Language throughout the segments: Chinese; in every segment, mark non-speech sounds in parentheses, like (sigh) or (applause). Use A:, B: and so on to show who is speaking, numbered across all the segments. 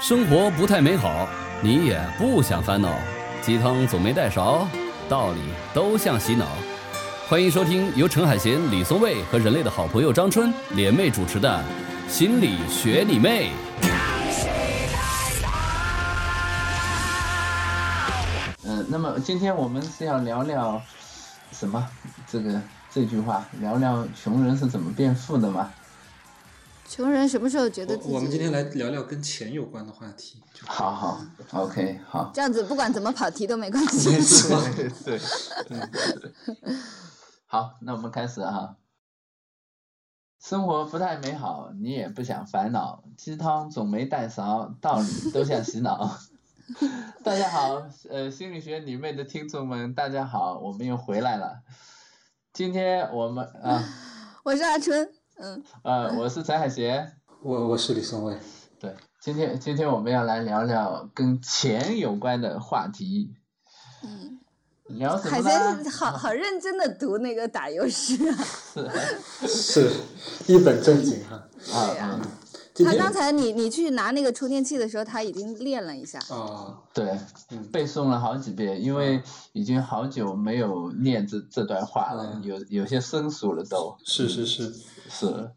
A: 生活不太美好，你也不想烦恼，鸡汤总没带勺，道理都像洗脑。欢迎收听由陈海贤、李松蔚和人类的好朋友张春联袂主持的《心理学你妹》。
B: 嗯，那么今天我们是要聊聊什么？这个这句话，聊聊穷人是怎么变富的吗？
C: 穷人什么时候觉得自己
D: 我我们今天来聊聊跟钱有关的话题，就
B: 好好，OK，好，
C: 这样子，不管怎么跑题都没关系。
D: (laughs)
B: 对对嗯对，好，那我们开始啊。生活不太美好，你也不想烦恼，鸡汤总没带勺，道理都像洗脑。 (laughs) 大家好，呃，心理学里面的听众们，大家好，我们又回来了。今天我们啊，
C: (laughs) 我是阿春，嗯，
B: 呃，我是陈海贤。
D: 我我是李松蔚，
B: 对，今天今天我们要来聊聊跟钱有关的话题。嗯，聊什么
C: 海
B: 呢
C: 鲜？好好认真的读那个打油
D: (laughs)
C: 诗啊。
D: 是一本正经哈。
B: 啊
C: 对呀、
B: 嗯
D: 今
C: 他
D: 天
C: 刚才你你去拿那个充电器的时候，他已经练了一下。
D: 啊，
B: 对，
D: 嗯，
B: 背诵了好几遍，因为已经好久没有念这这段话了，
D: 嗯
B: 有有些生疏了都。
D: 是是是，
B: 是，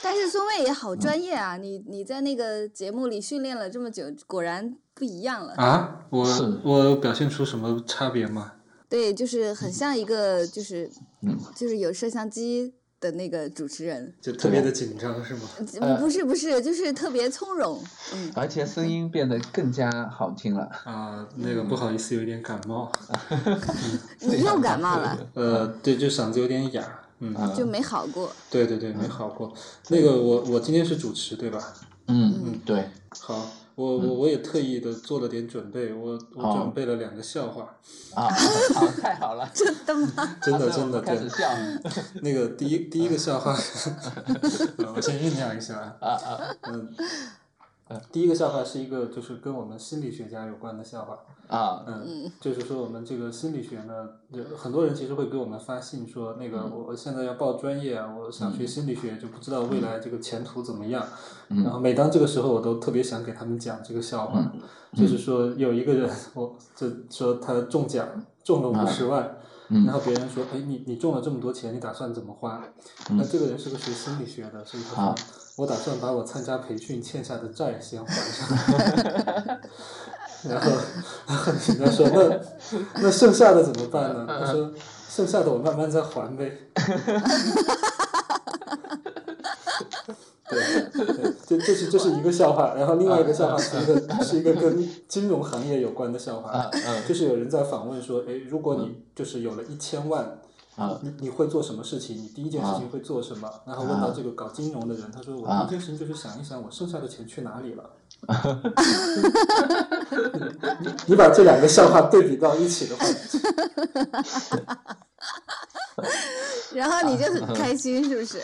C: 但是孙卫也好专业
D: 嗯
C: 啊，你你在那个节目里训练了这么久，果然不一样了。
D: 啊，我
B: 是
D: 我表现出什么差别吗？
C: 对，就是很像一个就是
B: 嗯
C: 就是有摄像机的那个主持人，
D: 就特别的紧张是吗？
B: 呃
C: 不是不是，就是特别从容，嗯。
B: 而且声音变得更加好听了。
D: 啊，那个不好意思，有点感冒，
C: 你又感冒了，
D: 呃，对，就嗓子有点哑，嗯，
C: 就没好过。 (laughs)
D: 对对对，没好过。那个我我今天是主持对吧？
B: 嗯，对，
D: 好，我我我也特意的做了点准备，我我
B: 好
D: 准备了两个笑话，
B: 啊，好，太好了，
D: 真的
B: 所以我
D: 真的
B: 们开
D: 对
B: 始。笑
D: (laughs) 那个第一第一个笑话， (laughs) 呃我先酝酿一下啊。
B: 啊啊
D: 嗯，第一个笑话是一个就是跟我们心理学家有关的笑话。
B: 啊，
D: 嗯，就是说我们这个心理学呢，就很多人其实会给我们发信说，那个我我现在要报专业啊，我想学心理学，就不知道未来这个前途怎么样。然后每当这个时候，我都特别想给他们讲这个笑话，就是说有一个人，我就说他中奖中了五十万。然后别人说：“哎，你你中了这么多钱，你打算怎么花？”那这个人是个学心理学的，所以他说：“我打算把我参加培训欠下的债先还上。”然后，然后人家说那那剩下的怎么办呢？他说剩下的我慢慢再还呗。对，对这这是这是一个笑话，然后另外一个笑话是一个 (laughs) 是一个跟金融行业有关的笑话，就是有人在访问说，哎，如果你就是有了一千万，你你会做什么事情？你第一件事情会做什么？然后问到这个搞金融的人，他说我第一件事情就是想一想我剩下的钱去哪里了。你把这两个笑话对比到一起的话，
C: 然后你就很开
D: (laughs)
C: 心，是不是？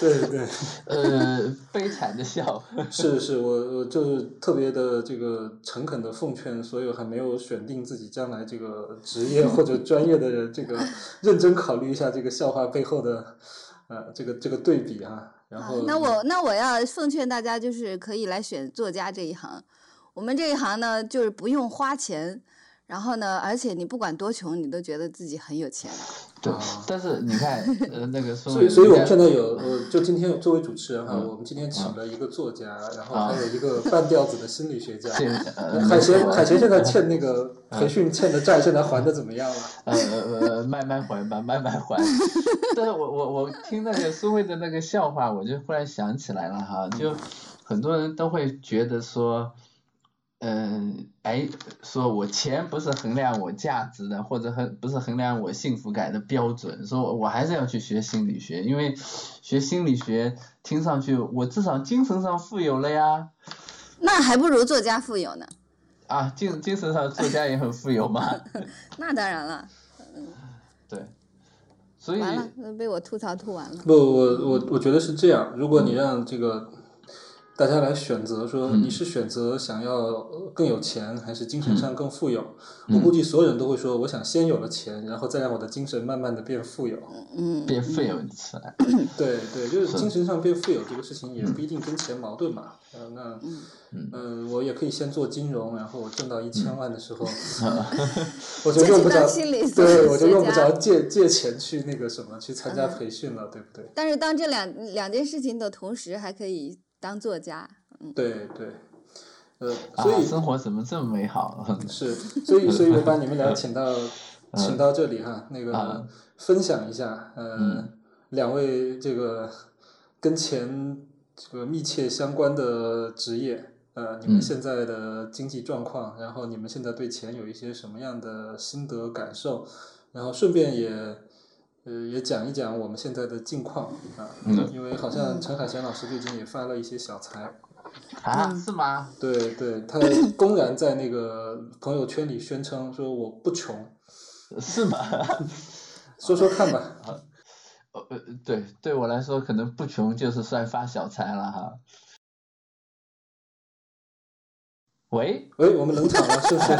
D: 对对，
B: 呃，悲惨的笑，
D: 是是，我我就是特别的这个诚恳的奉劝所有还没有选定自己将来这个职业或者专业的人，这
C: (laughs)
D: 个认真考虑一下这个笑话背后的呃这个这个对比啊。然后
C: 那我那我要奉劝大家，就是可以来选作家这一行。我们这一行呢，就是不用花钱，然后呢，而且你不管多穷，你都觉得自己很有钱。
B: 对
D: 啊，
B: 但是你看，呃，那
D: (laughs)
B: 个孙
D: 所以，
B: 伟，
D: 所以我
B: 你
D: 们
B: 看
D: 现在有，呃，就今天作为主持人哈，我们今天请了一个作家，然后还有一个半吊子的心理学家。
B: 这呃
D: 海贤，海贤现在欠那个培训欠的债，现在还的怎么样了？
B: 呃呃呃，慢慢还吧，慢
C: (laughs)
B: 慢还。但是我我我听那个苏慧的那个笑话，我就忽然想起来了哈，就很多人都会觉得说，嗯、哎，说我钱不是衡量我价值的，或者衡不是衡量我幸福感的标准，说我我还是要去学心理学，因为学心理学听上去我至少精神上富有了呀，
C: 那还不如作家富有呢。
B: 啊，精精神上作家也很富有嘛，
C: (laughs) 那当然了，
B: 对，所以
C: 完了，被我吐槽吐完了。
D: 不，我我我觉得是这样。如果你让这个大家来选择说
B: 嗯
D: 你是选择想要呃更有钱，还是精神上更富有？
B: 嗯
D: 我估计所有人都会说，我想先有了钱，然后再让我的精神慢慢的变富有。
C: 嗯，
B: 变富有起来。
D: 对对，就是
B: 是
D: 精神上变富有这个事情也不一定跟钱矛盾嘛。呃，那
C: 嗯
B: 嗯
D: 嗯、我也可以先做金融，然后我挣到一千万的
B: (laughs)
D: 时候， (laughs) 我就
C: 这
D: 用
C: 就
D: 不着
C: 当，心理
D: 对我
C: 学
D: 就用不
C: 家
D: 着。借借钱去那个什么去参加
C: 嗯
D: 培训了，对不对？
C: 但是当这两两件事情的同时，还可以当作家。
D: 对对，呃，
B: 啊
D: 所以、，
B: 生活怎么这么美好？ (laughs)
D: 是，所以所以我把你们俩请到请到这里哈，那个
B: 嗯啊
D: 分享一下，呃
B: 嗯，
D: 两位这个跟钱这个密切相关的职业，呃，你们
B: 嗯
D: 现在的经济状况，然后你们现在对钱有一些什么样的心得感受，然后顺便也。呃，也讲一讲我们现在的近况啊，
B: 嗯
D: 因为好像陈海贤老师最近也发了一些小财，
B: 啊，
C: 嗯
B: 是吗？ (laughs)
D: 对对， (coughs) 他公然在那个朋友圈里宣称说我不穷，
B: 是吗？ (laughs)
D: 说说看 (laughs) 吧。
B: 呃呃，对，对我来说可能不穷就是算发小财了哈。喂，
D: 喂，我们冷场了是 (laughs) 不是？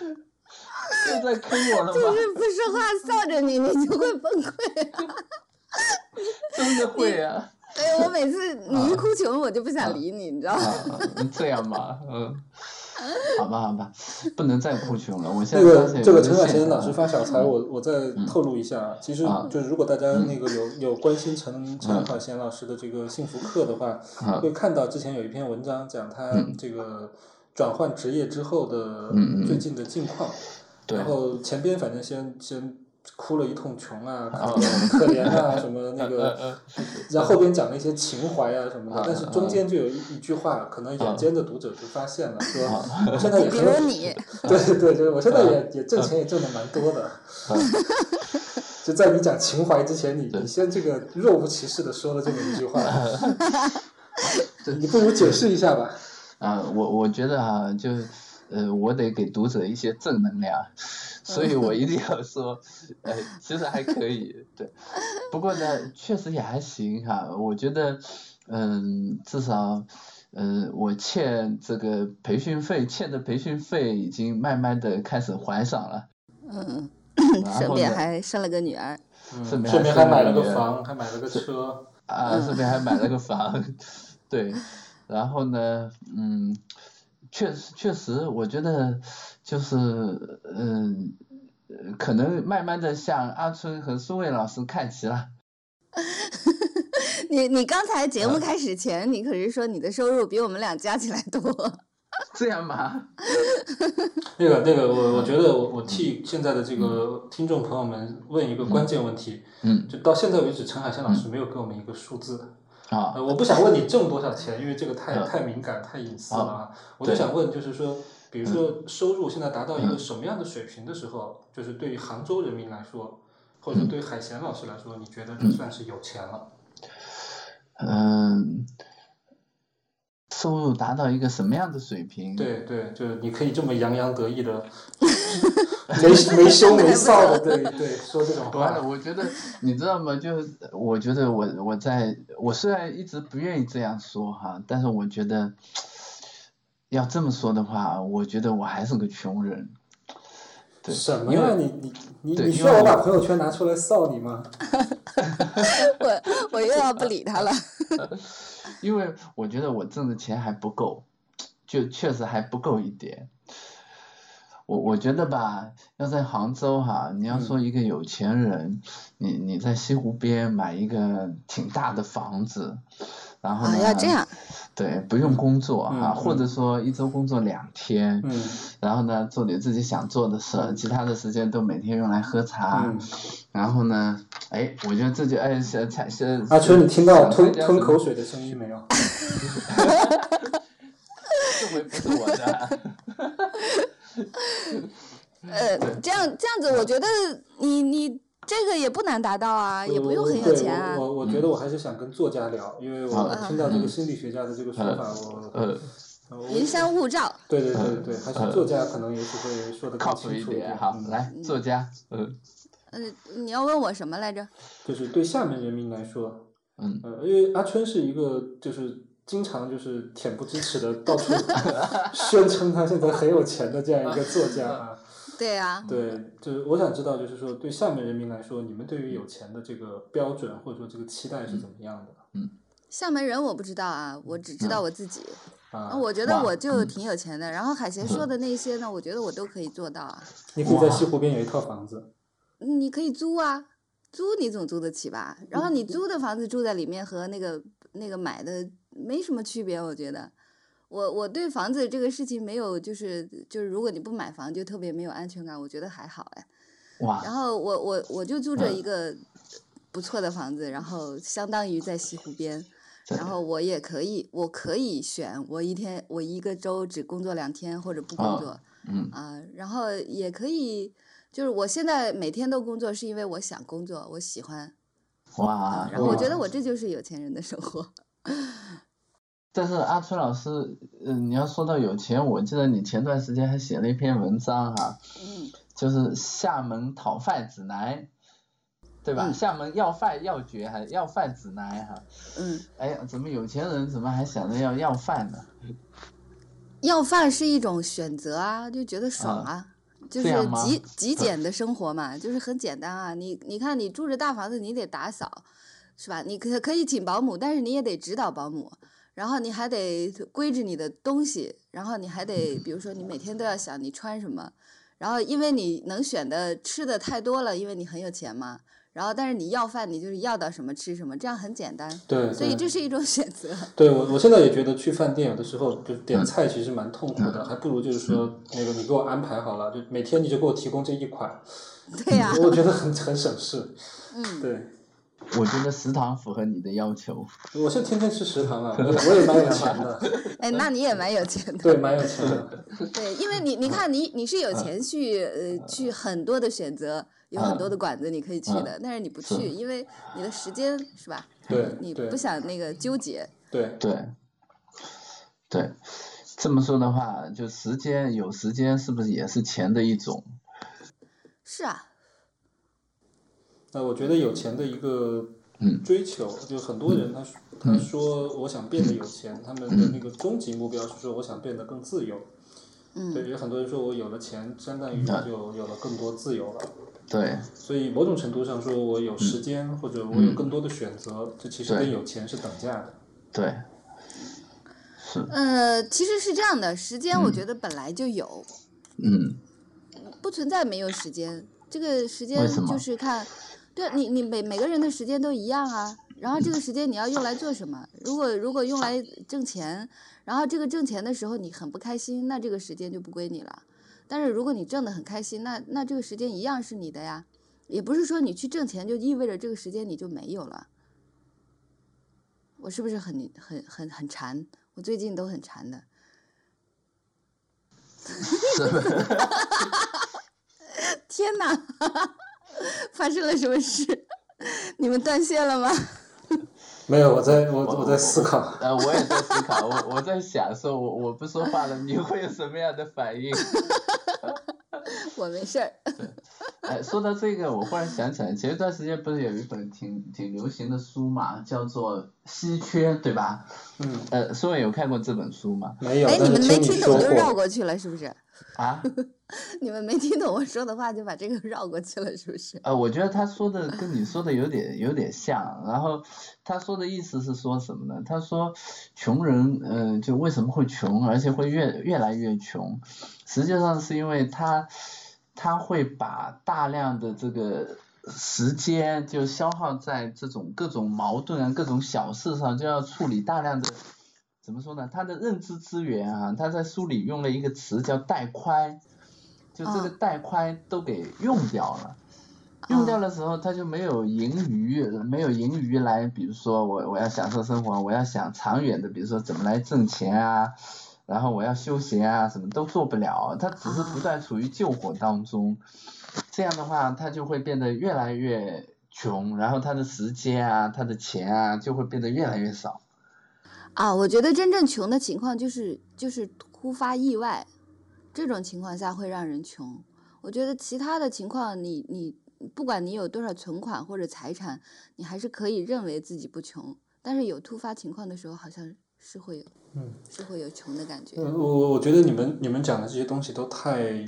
B: 又在坑我了
C: 就
B: 吗？
C: 是不说话 (laughs) 臊着你，你就会崩溃、
B: 真的会啊！
C: (laughs) 哎呀，我每次你一哭穷，我就不想理你，你哦知道
B: 啊 (laughs)
C: 吗？，
B: 这样吧，嗯，好吧，好吧，不能再不穷了。我现嗯
D: 这
B: 在
D: 个这个陈
B: 凯
D: 凯先老师发小财，我我再透露一下啊，嗯其实
B: 啊
D: 就是如果大家那个有有关心陈陈凯先老师的这个幸福课的话，
B: 啊
D: 会看到之前有一篇文章讲他
B: 嗯
D: 这个转换职业之后的
B: 嗯嗯嗯
D: 最近的近况。
B: 对
D: 然后前边反正先先哭了一通穷啊，哭得很可怜啊，什么那
B: (laughs)
D: 个，然后后边讲了一些情怀啊什么的
B: 嗯啊，
D: 但是中间就有一一句话，可能眼尖的读者就发现了，说
B: 啊
D: 我现在也
C: 比
D: 很有
C: 如，你，
D: (laughs) 对对对，我现在也也挣钱也挣的蛮多
B: 啊
D: 的。就在你讲情怀之前，你你先这个若无其事的说了这么一句话，
B: (laughs)
D: 你不如解释一下吧。
B: 啊，我我觉得啊，就是呃，我得给读者一些正能量，所以我一定要说， (laughs) 呃，其实还可以，对。不过呢，确实也还行哈、我觉得，嗯，至少，嗯，我欠这个培训费，欠的培训费已经慢慢的开始还上了。
C: 嗯，
B: 然
C: 顺
B: 后
C: 便
B: 呢，
C: 还生了个女儿。
B: 顺便
D: 顺便还
B: 还
D: 买了个
B: 生了
D: 房，还买了个车，
B: 啊，顺便还买了个房，对，然后呢，嗯，确实确实，我觉得就是，嗯，呃可能慢慢的向阿春和苏卫老师看齐了。
C: 你你刚才
B: 啊
C: 节目开始前，你可是说你的收入比我们俩加起来多。 (laughs)
B: 这样吧，
D: 那个那个，我
B: 嗯
D: 我觉得我我替现在的这个听众朋友们问一个关键问题，
B: 嗯，
D: 就到现在为止，陈海鲜老师没有给我们一个数字。
B: 啊，
D: 呃，我不想问你挣多少钱，因为这个太
B: 嗯
D: 太敏感、太隐私了啊。我就
B: 对嗯
D: 想问，就是说，比如说收入现在达到一个什么样的水平的时候，就是对于杭州人民来说，或者说对于海贤老师来说，你觉得这算是有钱了？
B: 嗯，收入达到一个什么样的水平？
D: 对对，就是你可以这么洋洋
B: (laughs)
D: 得意的，没没羞没臊的，对对，说这种
B: 完了，
D: 话。
B: 我觉得你知道吗？就是我觉得我我在我虽然一直不愿意这样说哈，但是我觉得要这么说的话，我觉得我还是个穷人。对
D: 什么
B: 因
D: 呀？
B: 为
D: 你你你
B: 对
D: 你
B: 因
D: 需
B: 为
D: 要我
B: 我
D: 把朋友圈拿出来臊你吗？
C: 我我又要不理他了。
B: 因为我觉得我挣的钱还不够，就确实还不够一点。我我觉得吧，要在杭州哈，你要说一个有钱人，你你在西湖边买一个挺大的房子，然后
C: 啊，
B: 呢，
C: 要这样，
B: 对，不用工作
D: 嗯
B: 哈，
D: 嗯
B: 或者说一周工作两天，
D: 嗯
B: 然后呢做点自己想做的事儿，其他的时间都每天用来喝茶。
D: 嗯。
B: 然后呢，哎，我觉得这就哎想产生
D: 阿春，你听到
B: 想参
D: 吞
B: 加
D: 吞
B: 什么
D: 口水的声音没有？
C: 啊
B: 这回不是我
D: (laughs)
B: 的，嗯
C: 呃，这样这样子，我觉得你你这个也不难达到啊，也不用很有
D: 对
C: 钱啊
D: 我。我我觉得我还是想跟作家聊，因为我
B: 嗯
D: 听到这个心理学家的这个说法，我
B: 呃，
D: 呃
C: 云
D: 我
C: 山雾罩，
D: 对对对对，还是作家可能也许会说的更
B: 靠谱
D: 清
B: 一
D: 楚一
B: 点哈。
D: 嗯
B: 来，作家，呃，
C: 嗯、你要问我什么来着？
D: 就是对厦门人民来说，
B: 嗯
D: 呃，因为阿春是一个就是经常就是恬不知耻的到处 (laughs) 宣称他现在很有钱的这样一个作家啊。
C: 对啊，
D: 对，就是我想知道，就是说对厦门人民来说，你们对于有钱的这个标准或者说这个期待是怎么样的？
C: 厦门人我不知道啊，我只知道
B: 嗯
C: 我自己。
D: 啊，
C: 啊我觉得
B: 哇
C: 我就
B: 嗯
C: 挺有钱的。然后海贤说的那些呢，我觉得我都可以做到啊。
D: 你可以在西湖边有一套房子，
C: 你可以租啊，租你总租得起吧？然
B: 嗯
C: 后你租的房子住在里面和那个那个买的没什么区别，我觉得。我我对房子这个事情没有，就是就是，如果你不买房就特别没有安全感，我觉得还好哎。
B: 哇，
C: 然后我我我就住着一个不错的房子，然后相当于在西湖边，
B: 真
C: 然后我也可以我可以选，我一天我一个周只工作两天或者不工
B: 啊
C: 作，
B: 嗯
C: 啊、然后也可以，就是我现在每天都工作，是因为我想工作，我喜欢。
B: 哇，
C: 然后啊我觉
B: 哇
C: 得我这就是有钱人的生活。
B: 但是阿春老师，嗯，你要说到有钱，我记得你前段时间还写了一篇文章哈、
C: 嗯，
B: 就是厦门讨饭指南，对吧？
C: 嗯
B: 厦门要饭要绝还要饭指南哈、
C: 嗯，
B: 哎呀，怎么有钱人怎么还想着要要饭呢？
C: 要饭是一种选择啊，就觉得爽啊，
B: 这
C: 就是
B: 样吗 (laughs)
C: 极极简的生活嘛，就是很简单啊。你你看，你住着大房子，你得打扫，是吧？你可可以请保姆，但是你也得指导保姆。然后你还得规制你的东西，然后你还得，比如说你每天都要想你穿什么，然后因为你能选的吃的太多了，因为你很有钱嘛。然后但是你要饭，你就是要到什么吃什么，这样很简单。
D: 对，对
C: 所以这是一种选择。 (laughs)
D: 对我，我现在也觉得去饭店有的时候就点菜其实蛮痛苦的，还不如就是说那个你给我安排好了，就每天你就给我提供这一款，
C: 啊对呀、
D: 我觉得很很省事。
C: 嗯，
D: 对，
B: 我觉得食堂符合你的要求。
D: 我是天天吃食堂啊，我我也蛮有钱的，
C: (laughs) 哎，那你也蛮有钱的。
D: 对，蛮有钱的。
C: 对，因为你你看你你是有钱去呃去很多的选择，有很多的馆子你可以去的，但是你不去，
B: 是
C: 因为你的时间是吧？
D: 对
C: 你
D: 对
C: 不想那个纠结。
D: 对，
B: 对，对，这么说的话，就时间有时间是不是也是钱的一种？
C: 是啊，
D: 那呃我觉得有钱的一个
B: 嗯
D: 追求，就很多人他他说我想变得有钱，他们的那个终极目标是说我想变得更自由。对，
C: 嗯，
D: 有很多人说我有了钱，相当于
B: 嗯
D: 就有了更多自由了。
B: 对，
D: 所以某种程度上说，我有时间、或者我有更多的选择，这其实
B: 嗯对
D: 跟有钱是等价的。
B: 对，是，
C: 呃，其实是这样的，时间我
B: 嗯
C: 觉得本来就有，
B: 嗯，
C: 不存在没有时间，这个时间
B: 为什么
C: 就是看，对你你每每个人的时间都一样啊。然后这个时间你要用来做什么？如果如果用来挣钱，然后这个挣钱的时候你很不开心，那这个时间就不归你了。但是如果你挣得很开心，那那这个时间一样是你的呀。也不是说你去挣钱就意味着这个时间你就没有了。我是不是很很很很馋？我最近都很馋的。天哪， (laughs) 发生了什么事？ (laughs) 你们断线了吗？ (laughs)
D: 没有，我在我
B: 我
D: 我在思 (laughs) 考。
B: 呃，我也在思考，我我在享受，我我不说话了，你会有什么样的反应？
C: 我没事儿。
B: 哎，说到这个，我忽然想起来，前一段时间不是有一本挺挺流行的书嘛，叫做《稀缺》，对吧？
D: 嗯，
B: 呃，苏伟有看过这本书吗？
D: 没有，
C: 哎，
D: 但
C: 你
D: 是
C: 们没
D: 你
C: 听
D: 说
C: 懂就绕
D: 过。
C: 过去了，是不是？
B: 啊？
C: 你们没听懂我说的话，就把这个绕过去了，是不是？
B: 呃，我觉得他说
C: (laughs)
B: 的跟你说的有点有点像，然后他说的意思是说什么呢？他说穷人，呃，就为什么会穷，而且会越越来越穷，实际上是因为他他会把大量的这个时间就消耗在这种各种矛盾啊、各种小事上，就要处理大量的怎么说呢？他的认知资源啊，他在书里用了一个词叫带宽，就这个
C: 嗯
B: 带宽都给用掉了。用掉的时候，他就没有盈余，没有盈余来，比如说我我要享受生活，我要想长远的，比如说怎么来挣钱啊，然后我要休闲啊，什么都做不了，他只是不断处于救火当中。这样的话，他就会变得越来越穷，然后他的时间啊，他的钱啊，就会变得越来越少。
C: 啊，我觉得真正穷的情况就是就是突发意外，这种情况下会让人穷。我觉得其他的情况你，你你不管你有多少存款或者财产，你还是可以认为自己不穷，但是有突发情况的时候，好像是会有，
D: 嗯，
C: 是会有穷的感觉。
D: 嗯，我我觉得你们你们讲的这些东西都太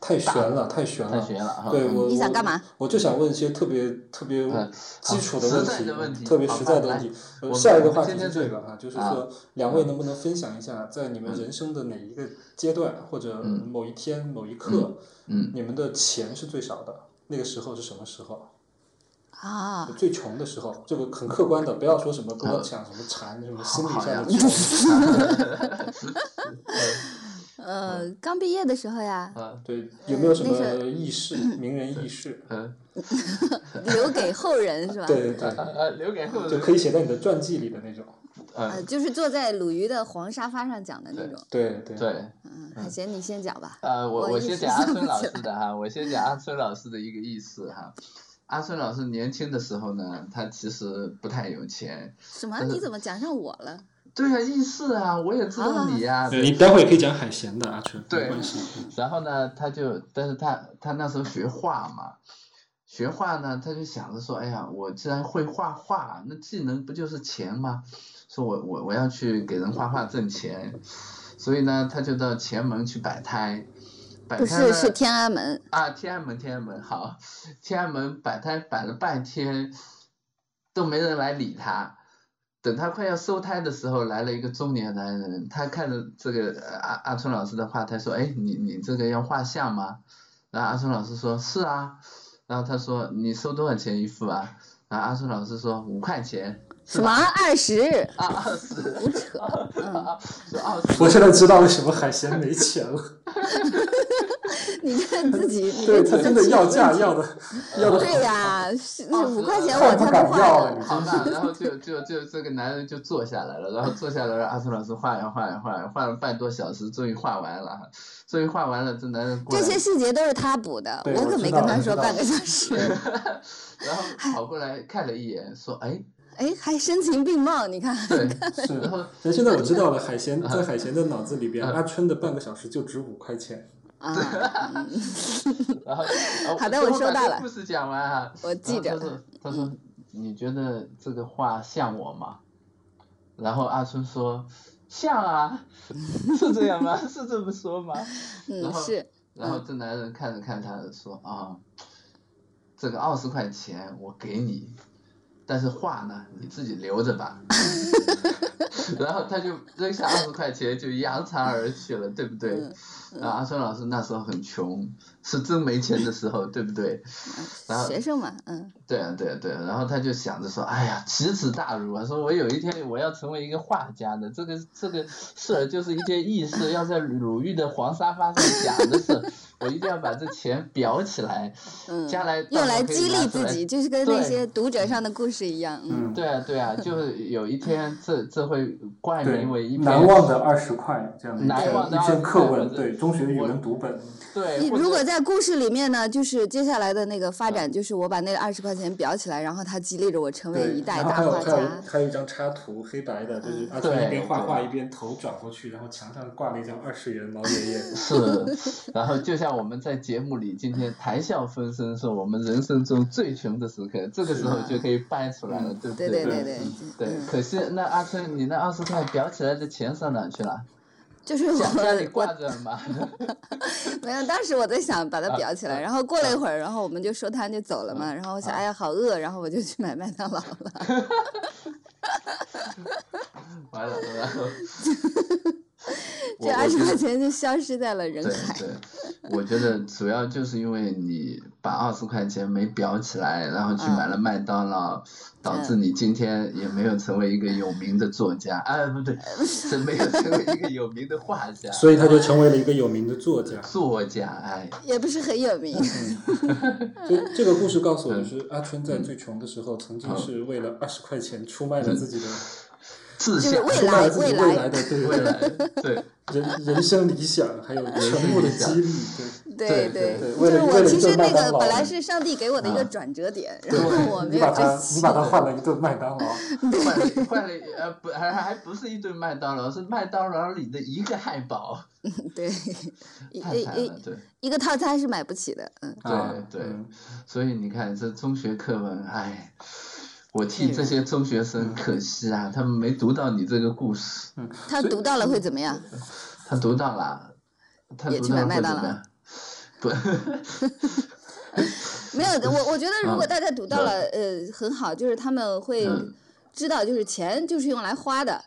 D: 太玄了，太玄
B: 太
D: 了。
B: 悬了哈。
D: 对
C: 嗯
D: 我，
C: 你想
D: 我
C: 干嘛？
D: 我就想问一些特别特别
B: 嗯
D: 基础的
B: 好
D: 问
B: 实在
D: 题，
B: 的问题
D: 特别
B: 好
D: 实在
B: 吧
D: 的问
B: 来
D: 题。呃
B: 我们
D: 下一个
B: 我们
D: 话
B: 今
D: 题
B: 天
D: 是
B: 就
D: 这个哈，就是
B: 啊
D: 说两位能不能分享一下，在你们人生的哪一个阶段或者
B: 嗯
D: 某一天某一刻，
B: 嗯，
D: 你们的钱是最少的？那个时候是什么时候？
C: 啊
D: 就，最穷的时候，这个很客观的，不要说
B: 嗯
D: 什么跟我讲什么馋，什么心理上的啊穷。
B: (laughs)
D: 嗯
C: 呃，刚毕业的时候
D: (laughs)
C: 呀，
B: (laughs) 嗯 (laughs)
D: 对，有没有什
C: 那是
D: 么轶事？名人轶事？
B: 嗯
C: 留给后人是吧？
D: 对对对，
B: 呃呃，留给后
D: 就
B: 人。
D: 可以写在你的传记里的那种。
C: 呃，
B: 嗯，
C: 就是坐在鲁鱼的黄沙发上讲的那
B: 对
C: 种。
D: 对对
B: 对。
C: 嗯，海贤你先讲吧。
B: 呃，我
C: 我
B: 我
C: 一
B: 先
C: 时
B: 讲阿
C: 想
B: 孙
C: 不
B: 老
C: 起
B: 师的哈，我先讲阿孙老师的一个意思哈。阿孙老师年轻的时候呢，他其实不太有钱。
C: 什
D: 嗯
C: 么？你怎么讲上我了？
B: 对呀、意思啊，我也知道你呀、
D: 啊对你待会也可以讲海贤的阿春，
B: 对
D: 没关系。
B: 然后呢，他就，但是他他那时候学画嘛，学画呢，他就想着说，哎呀，我既然会画画，那技能不就是钱吗？说我我我要去给人画画挣钱，所以呢，他就到前门去摆摊，摆
C: 不
B: 摊呢
C: 是，是天安门。
B: 啊，天安门，天安门，好，天安门摆摊摆了半天，都没人来理他。等他快要收摊的时候，来了一个中年男人，他看着这个呃阿阿春老师的画，他说：“哎，你你这个要画像吗？”然后阿春老师说：“是啊。”然后他说：“你收多少钱一幅啊？”然后阿春老师说：“五块钱。
C: 什么二十？
B: 啊”二十，
C: 胡
D: (laughs)
C: 扯！嗯，
B: 啊，说二十。
D: 我现在知道为什么海贤没钱了，
C: 你看自
D: (laughs)
C: 己，你
D: 对
C: 跟
D: 他
C: 自
D: 真
C: 己
D: 的
C: (laughs)
D: 要价要的要的，
C: 对呀，是
B: 哦
C: 五块钱
D: 太
C: 我
D: 不
C: 才
D: 敢
C: 不
D: 要啊
C: 画
D: 了，
C: 呢。
B: 好吧，
C: (laughs)
D: 你真是。
B: 然后就就就这个男人就坐下来了，然后坐下来了，阿春老师画呀画呀画呀，画了半多小时，终于画完了，终于画完了，这男人过
C: 这
B: 来，
C: 些细节都是他补的，
D: 对
C: 我
D: 我
C: 可
D: 知
C: 没
D: 道
C: 跟他
D: 我
C: 说
D: 知道 (laughs)
C: 半个小时。
B: (laughs) 然后跑过来看了一眼，说，哎，
C: 哎，还声情并茂，你看， (laughs)
B: 对，
D: 是
B: 然后，
D: 但现在我知道了，海贤在海贤的脑子里边，
B: 嗯
D: 阿春的半个小时就值五块钱。
C: 啊，
B: 然后，然后
C: (laughs) 好的
B: 最
C: 我
B: 后
C: 收
B: 把
C: 到
B: 这
C: 了
B: 故事讲完啊，
C: 我记
B: 然
C: 着嗯
B: 后。他说，他说你觉得这个画像我吗？然后阿春说，像啊， (laughs) 是这样吗？ (laughs) 是这么说吗？然
C: 嗯，
B: 后
C: 是，
B: 然
C: 嗯
B: 后这男人看着看着他说啊，这个二十块钱我给你，但是画呢你自己留着
C: (laughs)
B: 吧。然后他就扔下二十块钱就扬长而去了，对不对？
C: 嗯
B: 然后阿春老师那时候很穷，是真没钱的时候，对不对？然后
C: 嗯学生嘛，嗯，
B: 对啊，对啊，对啊，然后他就想着说，哎呀，奇耻大辱啊！说我有一天我要成为一个画家的，这个这个事儿就是一件轶事，要在鲁豫的黄沙发上讲的事儿，我一定要把这钱裱起来，
C: 嗯
B: 将来到
C: 用
B: 时候
C: 来
B: 可以
C: 激
B: 拿
C: 励
B: 出
C: 自
B: 来
C: 己，就是跟那
B: 对
C: 些读者上的故事一样，嗯，
B: 对啊，对啊，就是有一天这这会冠名为一篇
D: 难忘的二十块这样的一
B: 难忘的
D: 篇一篇课
B: 20
D: 文，
B: 块
D: 对中学语文读本，
B: 对，嗯
C: 你
B: 或者嗯
C: 如果在故事里面呢，就是接下来的那个发展，就是我把那二十块钱裱起来，然后他激励着我成为
D: 对，
C: 一代
D: 然后
C: 大
D: 还有
C: 画
D: 还有
C: 家。
D: 还有一张插图，黑白的，就是阿春
B: 对
D: 一边画
B: 对
D: 画一边头转过去，然后墙上挂了一张二十元
B: (laughs)
D: 老爷爷。
B: 是，然后就像我们在节目里今天谈笑风生，是我们人生中最穷的时刻，这个时候就可以掰出来了，对不
C: 对
B: 对嗯
C: 对对对，嗯
B: 对，可惜那阿春，你那二十块裱起来的钱上哪去
C: (laughs)
B: 了？
C: 就是我
B: 家家
C: (laughs)
B: 里
C: 我
B: 挂着嘛。 (laughs)
C: 没有，当时我在想把它
B: 啊
C: 裱起
B: 啊
C: 来，然后过了一会儿，然后我们就收摊就走了嘛，然后我想，哎呀，好饿，然后我就去买麦当劳了。
B: 完了完了。
C: (laughs) 这
B: 我
C: 二
B: 我
C: 十
B: 觉
C: 块
B: 得
C: 钱就消失在了人
B: 对
C: 海。
B: 对，我觉得主要就是因为你把二十块钱没裱起来，然后去买
C: 嗯
B: 了麦当劳，导致你今天也没有成为一个有名的作家，啊不对，是没有成为一个有名的画家。
C: (laughs)
D: 所以他就成为了一个有名的作家。
B: 作家，哎，
C: 也不是很
B: (laughs)
C: 有名，
D: 所以 (laughs) 这个故事告诉我，就是阿春在最穷的时候，曾经是为了二十块钱出卖了自己的，
B: 志
C: 就是
B: 向，
C: 未
D: 出
C: 来
D: 卖了自己
C: 未
D: 未
C: 来
D: 来的对 (laughs)
B: 未来，对，
D: 人人生理想，还有全部的激励，对。
C: 对
D: 对对
C: 就
D: 为
C: 是
D: 了
C: 我
D: 为了
C: 其
D: 一
C: 实
D: 顿
C: 那
D: 麦当
C: 个
D: 劳
C: 本来是上帝给我的一个
B: 啊
C: 转折点，
D: 对
C: 然后我没
D: 你把
C: 有
D: 它
C: 珍惜。
D: 你把它换了一顿麦 (laughs) 当劳，
B: 换了换了一呃不还还不是一顿麦当劳，是麦当劳里的一个汉堡，
D: (laughs)
C: 对，一
B: 太惨
C: 一
B: 了，对。
C: 一个套餐是买不起的，嗯，
D: 啊
B: 对
D: 嗯
B: 所以你看，这中学课文，哎，我替这些中学生可惜啊，他们没读到你这个故事，
C: 他
D: 嗯所以嗯
C: 读到了会怎么样？
B: 他读到了，他
C: 也
B: 读
C: 去
B: 到
C: 买
B: 了会怎
C: 麦当
B: 么
C: 劳
B: 样？不， (laughs)
C: 没有，我我觉得如果
B: 啊
D: 嗯
C: 大家读到了，呃，很好，就是他们会
B: 嗯
C: 知道，就是钱就是用来花的，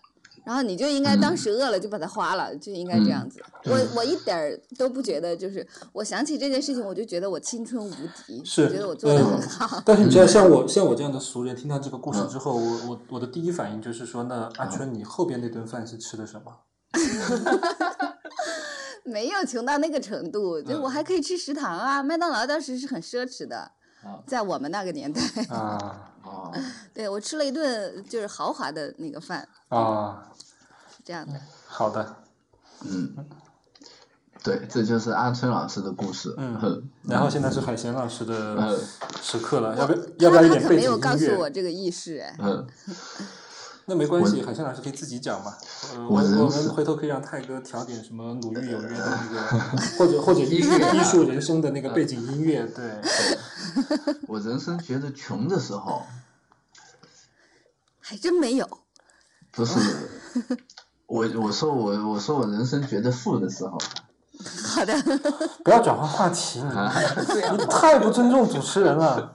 C: 然后你就应该当
B: 嗯
C: 时饿了就把它花了，就应该这
D: 嗯
C: 样子。我我一点儿都不觉得，就是我想起这件事情，我就觉得我青春无敌，我
D: 是
C: 觉得我做的很
D: 嗯
C: 好。
D: 但是你知道，像我像我这样的熟人，听到这个故事之后，我我我的第一反应就是说，那阿春，你后边那顿饭是吃的什么？
C: 没有穷到那个程度，就我还
D: 嗯
C: 可以吃食堂啊，麦当劳当时是很奢侈的
B: 啊，
C: 在我们那个年代， (laughs)
D: 啊
B: 哦，
C: 对我吃了一顿就是豪华的那个饭，
D: 啊，
C: 是这样的。
D: 好的。
B: 嗯，对，这就是阿春老师的故事。
D: 嗯
B: 哼
D: 然后现在是海贤老师的
B: 嗯
D: 时刻了，要不要要不
C: 他
D: 要一
C: 他
D: 点
C: 可
D: 背
C: 没
D: 景
C: 有告
D: 音
C: 诉
D: 乐？
C: 我这个意识，哎，
B: 嗯，
D: 那没关系，海鲜老师可以自己讲嘛。呃，我
B: 我人
D: 我
B: 是
D: 们回头可以让泰哥调点什么《鲁豫有约》的
B: (laughs)
D: 那个，或者或者艺术
B: 音乐啊
D: 艺术人生的那个背景音
B: (laughs)
D: 乐，对，
B: 嗯我人生觉得穷的时候，
C: 还真没有。
B: 不
C: (laughs)
B: 是我我说我我说我人生觉得富的时候
C: 好
D: (laughs)
C: 的，
D: 不要转换话题，你 (laughs)
B: 啊，这样
D: 你太不尊重主持人
B: (laughs)
D: 了。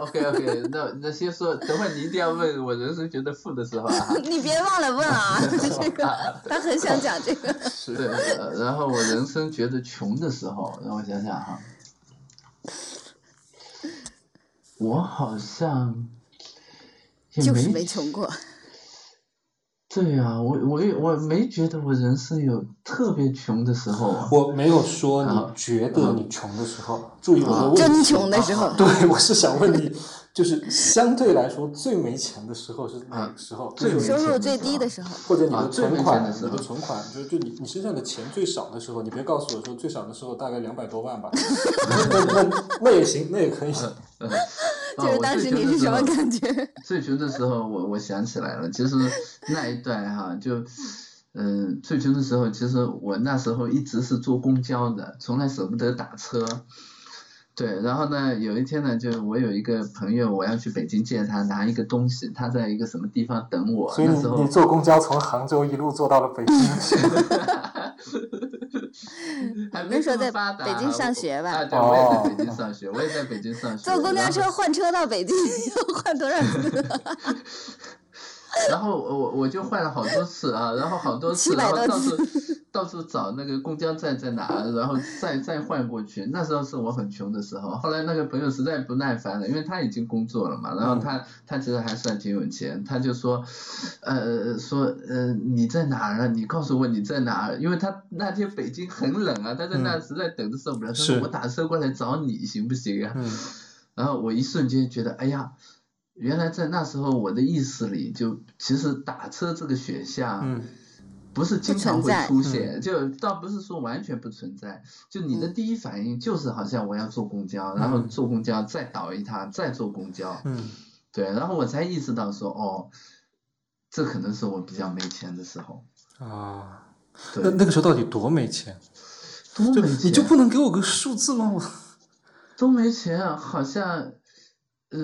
B: OK OK，那 (laughs) 那先说，等会你一定要问我人生觉得富的时候啊。 (laughs)
C: 你别忘了问
D: (laughs)
C: 啊，这个他很想讲这个。
D: 哎
B: 对，呃然后我人生觉得穷的时候，让我想想哈，我好像也
C: 就是没穷过，
B: 对啊，我我也我没觉得我人生有特别穷的时候啊。
D: 我没有说
B: 啊
D: 你觉得你穷的时候，注意我的问题。啊
C: 真穷的时候
D: 对，我是想问你，就是相对来说最没钱的时候是哪个时候？
B: 啊最没
D: 就是
C: 收入最低的时候， (laughs)
D: 或者你
B: 啊
D: 的
B: 最没
D: 存
B: 钱
D: 款，
B: 的时候
D: 你的存款，就就你你身上的钱最少的时候，你别告诉我说最少的时候大概两百多万吧，那那那那也行，那也可以。
B: 嗯啊
C: (laughs) 就是
B: 我
C: 当
B: 最
C: 时
B: 穷
C: 你
B: 的
C: 是
B: 时
C: 什么
B: 候
C: 感觉？
B: 最穷的时候，我我想起来了，其实那一段哈，就，嗯、最穷的时候，其实我那时候一直是坐公交的，从来舍不得打车。对，然后呢，有一天呢，就我有一个朋友，我要去北京见他，拿一个东西，他在一个什么地方等我。
D: 所以
B: 那
D: 你
B: 时
D: 你
B: 候，
D: 坐公交从杭州一路坐到了北
B: (laughs)
D: 京去，
B: 还没
C: 那时
B: 这
C: 候
B: 么
C: 在
B: 发达
C: 北京上学吧
B: 啊，对，我
D: 哦
B: 也在北京上学，我也在北京上学。
C: 坐公交
B: 然后
C: 车换车到北京 (laughs) 要换多少
D: (laughs)
C: 次？
B: 然后我我我就换了好多次啊，然后好多次，
C: 700
B: 然后
C: 多
B: 到处到处找那个公交站在哪，然后再再换过去。那时候是我很穷的时候，后来那个朋友实在不耐烦了，因为他已经工作了嘛，然后
D: 嗯
B: 他他其实还算挺有钱，他就说，呃说呃你在哪儿啊？你告诉我你在哪儿？因为他那天北京很冷啊，他在那
D: 嗯
B: 实在等着受不了，他
D: 是
B: 说我打车过来找你行不行啊？
D: 嗯，
B: 然后我一瞬间觉得，哎呀，原来在那时候我的意识里就，其实打车这个选项
D: 嗯，
B: 不是经常
C: 不
B: 会
C: 存在
B: 出现，就倒不是说完全不存在，就你的
C: 嗯
B: 第一反应就是好像我要坐公交，然后
D: 嗯
B: 坐公交再倒一趟，再坐公交，
D: 嗯，
B: 对，然后我才意识到说，哦，这可能是我比较没钱的时候，
D: 啊。
B: 对
D: 那那个时候到底多没钱？
B: 多
D: 就
B: 没钱，
D: 你就不能给我个数字吗？我
B: 都没钱啊，好像，呃，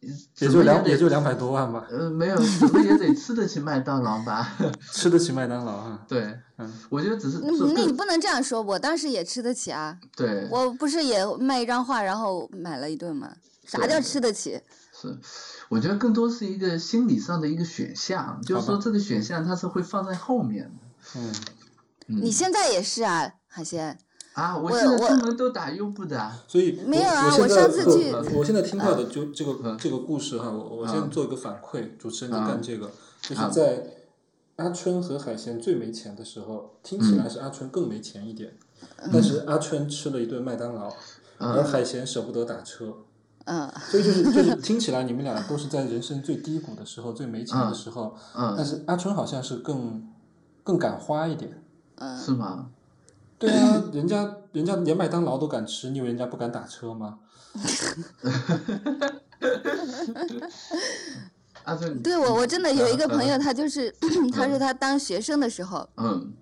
D: 也
B: 怎
D: 就
B: 么
D: 两
B: 得
D: 也就两百多万吧，
B: 呃，没有，怎么也得吃得起麦当劳吧？ (laughs)
D: 吃得起麦当劳啊。
B: 对，
D: 嗯
B: 我觉得只是
C: 那
B: 做
C: 那你
B: 更
C: 不能这样说，我当时也吃得起啊，
B: 对，
C: 我不是也卖一张画然后买了一顿吗？啥
B: 对
C: 叫吃得起？
B: 是，我觉得更多是一个心理上的一个选项，就是说
D: 吧
B: 这个选项它是会放在后面的。
D: 嗯，
B: 嗯
C: 你现在也是啊，海鲜。
B: 啊，我
C: 我
B: 现在
C: 我
B: 出门都打优步的啊，
D: 所以
C: 没有啊
D: 我
C: 我
D: 现在
C: 上次去
D: 我我现在听到的就这个
B: 嗯
D: 这个故事哈，我我先做一个反馈，主持人
B: 嗯
D: 你干这个，就是
B: 嗯
D: 在阿春和海鲜最没钱的时候，听
B: 嗯
D: 起来是阿春更没钱一点，
C: 嗯
D: 但是阿春吃了一顿麦当劳，而
B: 嗯，
D: 海鲜舍不得打车，
C: 嗯，
D: 所以就是就是听起来你们俩都是在人生最低谷的时候、最没钱的时候，
B: 嗯
C: 嗯
D: 但是阿春好像是更更敢花一点。
B: 是吗？
D: 对啊，
B: (clears throat)
D: 人家人家连麦当劳都敢吃，你以为人家不敢打车吗？
B: 阿正，
C: 对我，我真的有一个朋友，
B: 嗯
C: 他就是 (clears throat) 他说他当学生的时候
B: 嗯，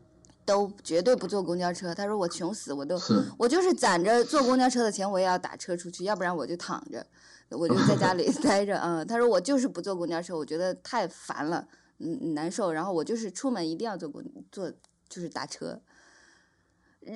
C: 都绝对不坐公交车，他说我穷死，
B: (laughs)
C: 我都
B: 是
C: 我就是攒着坐公交车的钱，我也要打车出去，要不然我就躺着，我就在家里 (laughs) 待着。嗯，他说我就是不坐公交车，我觉得太烦了，嗯，难受。然后我就是出门一定要坐公坐，就是打车。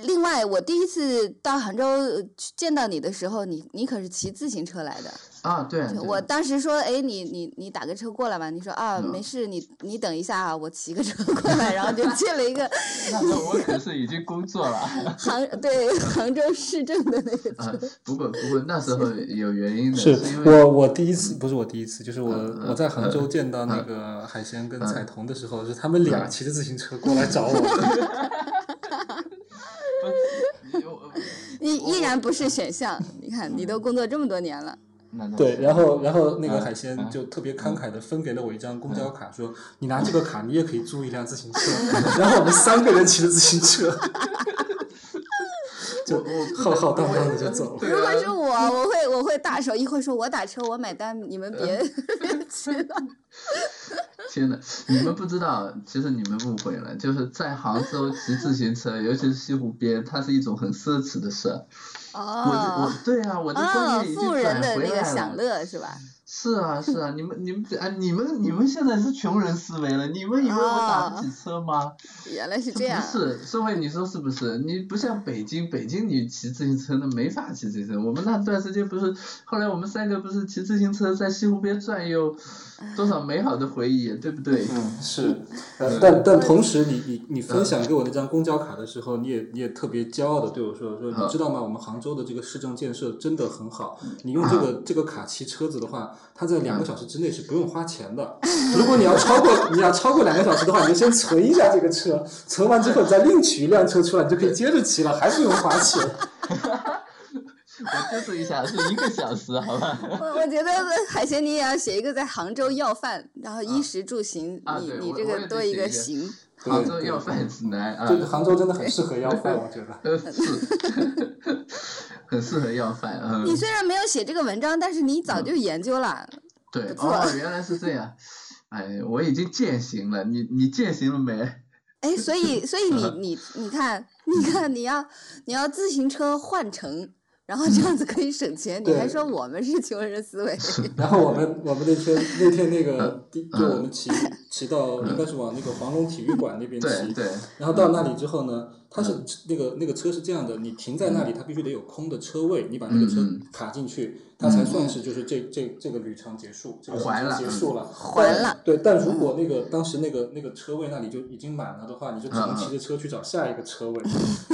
C: 另外，我第一次到杭州呃去见到你的时候，你你可是骑自行车来的。
B: 啊，对啊，
C: 就
B: 对
C: 我当时说，哎，你你你打个车过来吧。你说啊，
B: 嗯
C: 没事，你你等一下啊，我骑个车过来。然后就借了一个
B: 那时候我可是已经工作
C: (laughs)
B: 了。
C: 杭对杭州市政的那个
B: 啊，不过不过那时候有原因的，
D: 是
B: 因为嗯
D: 我我第一次不是我第一次，就是我我在杭州见到那个海鲜
B: 嗯
D: 跟彩童的时候，是他们俩骑着自行车过来找
B: (laughs)
D: 我。
B: 我
C: 依依然不是
B: (laughs)
C: 选项。你看，你都工作这么多年了，
B: 那倒
D: 对，
B: 是
D: 然后然后那个
B: 嗯
D: 海鲜
B: 嗯
D: 就特别慷慨的分给了我一张公交卡，说你拿这个卡，你也可以租一辆自行车。 (laughs) 然后我们三个人骑着自行车， (laughs) 就浩浩荡荡的就走
B: 啊
D: 了。
C: 如果是我，我会我会大手一挥说，我打车，我买单，你们别
B: 嗯
C: 别
B: (laughs)
C: 骑了。
B: 天呐，你们不知道，其实你们误会了，就是在杭州骑自行车，尤其是西湖边，它是一种很奢侈的事儿。我这
C: 哦
B: 我对啊，我这
C: 哦
B: 观，念已经
C: 富人
B: 转
C: 的
B: 回
C: 那个
B: 来了。
C: 享乐是吧？
B: 是啊是啊，你们你们啊你们你们现在是穷人思维了，你们以为我打得起车吗？
C: 原哦来是
B: 这
C: 这样。啊
B: 不是，社会你说是不是？你不像北京，北京你骑自行车那没法骑自行车。我们那段时间不是，后来我们三个不是骑自行车在西湖边转悠，多少美好的回忆，对不
C: (laughs)
B: 对？
D: 嗯，是，呃但但同时你，你你分享给我那张公交卡的时候，你也你也特别骄傲的对我说说，你知道吗？我们杭州的这个市政建设真的很好，你用这个这个卡骑车子的话，它在两个小时之内是不用花钱的。如果你要超过你要超过两个小时的话，你就先存一下这个车，存完之后你再另取一辆车出来，你就可以接着骑了，还不用花钱。
B: 我纠正一下，是一个小时，好吧？
C: 我我觉得海贤你也要写一个在杭州要饭，然后衣食住行，
B: 啊
C: 你
B: 对
C: 你
B: 我
C: 这
B: 我也
C: 个
B: 得
C: 多
B: 写
C: 一个
B: 一个
C: 行。
B: 杭州要饭指南啊
D: 就，是杭州真的很适合要饭，我觉得。
B: 呃是，
C: (laughs)
B: (laughs) 很适合要饭，嗯
C: 你，虽然没有写这个文章，但是你早就研究了。
B: 对，
C: 错
B: 哦，原来是这样，哎，我已经践行了，你你践行了没？
C: 哎，所以
D: (laughs)
C: 所以你
D: 嗯
C: 你你看你看你要你要自行车换乘，然后这样子可以省
D: (laughs)
C: 钱。你
D: 嗯对
C: 还说我们是穷人思维，
D: (laughs) 然后我们我们那天那天那
B: 嗯
D: 个第就我们骑骑到应该是往那个黄龙体育馆那边
B: 对
D: 骑，
B: 对，嗯
D: 然后到那里之后呢，它是那个那个车是这样的，你停在那里，它必须得有空的车位，你把那个车
B: 嗯
D: 卡进去，它才算是就是这这这个旅程结束，这个
B: 还
D: 旅
B: 了
D: 程结束了，
C: 还
D: 但
C: 了。
D: 对，但如果
B: 嗯
D: 那个当时那个那个车位那里就已经满了的话，你就只
B: 嗯
D: 能
B: 嗯
D: 骑着车去找下一个车位。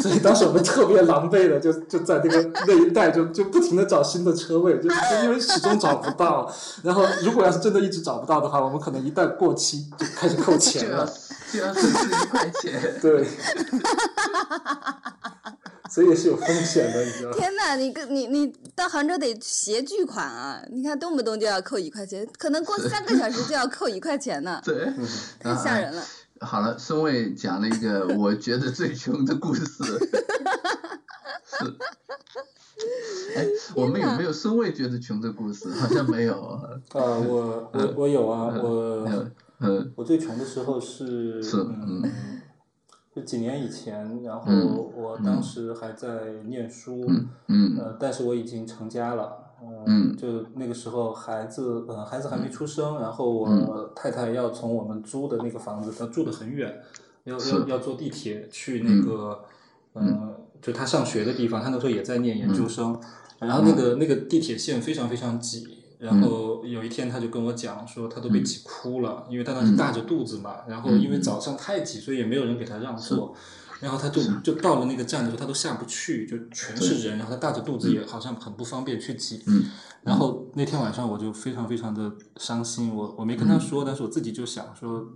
D: 所以当时我们特别狼狈的，就就在那个那一带就就不停的找新的车位，就就因为始终找不到。然后如果要是真的一直找不到的话，我们可能一旦过期就开始扣
B: 就
D: 钱
B: 要 (laughs)
D: 了。
B: 就要损失一块钱。
D: 对，所以也是有风险的，你知道吗？
C: 天呐，你跟你你到杭州得携巨款啊！你看动不动就要扣一块钱，可能过三个小时就要扣一块钱
D: (laughs)
C: 呢，
B: 对，
C: 太吓人了。
D: 嗯
B: 好了，孙卫讲了一个我觉得最穷的故事。 (laughs) 是，哎，我们有没有孙卫觉得穷的故事？好像没有啊。
D: 啊，我我我有啊，
B: 没有
D: 我
B: 嗯，
D: 我最穷的时候是
B: 是嗯，
D: 就几年以前，然后
B: 嗯
D: 我当时还在念书，
B: 嗯嗯
D: 呃，但是我已经成家了。
B: 嗯
D: 就那个时候，孩子，呃，孩子还没出生，然后我
B: 嗯
D: 太太要从我们租的那个房子，她住的很远，要
B: 是嗯
D: 要要坐地铁去那个，呃，就她上学的地方，她那时候也在念研
B: 嗯
D: 究生，然后那个那个地铁线非常非常挤，
B: 嗯
D: 然后有一天她就跟我讲说，她都被挤哭了，因为她当
B: 嗯
D: 时大着肚子嘛，然后因为早上太挤，所以也没有人给她让座，然后她就就到了那个站的时候，她都下不去，就全是人，然后她大着肚子也好像很不方便去挤，
B: 嗯
D: 然后那天晚上我就非常非常的伤心，我我
C: 嗯
D: 没跟她说，但是我自己就想说，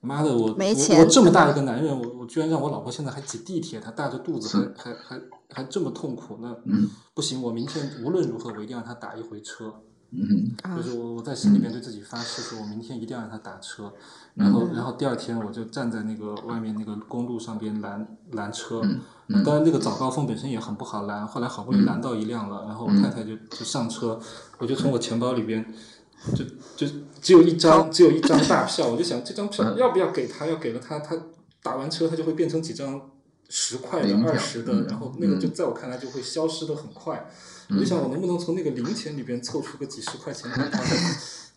D: 妈的，我
C: 没
D: 我
C: 钱
D: 我这么大一个男人，我我居然让我老婆现在还挤地铁，她大着肚子还
C: 嗯
D: 还还还这么痛苦，那不行，我明天无论如何我一定要让她打一回车。
B: 嗯嗯
C: 啊
D: 就是我我在心里边对自己发誓说，我明天一定要让他打车，然后然后第二天我就站在那个外面那个公路上边拦拦车，
B: 嗯
D: 当然那个早高峰本身也很不好拦，后来好不容易拦到一辆了，然后我
B: 嗯
D: 太太就就上车，我就从我钱包里边。就就只有一张，只有一张大票，我就想这张票
B: 嗯
D: 要不要给他？要给了他，他打完车他就会变成几张十块的
B: 零、票
D: 二十的，
B: 嗯
D: 然后那个就在我看来就会消失的很快。我就想我能不能从那个零钱里边凑出个几十块钱来，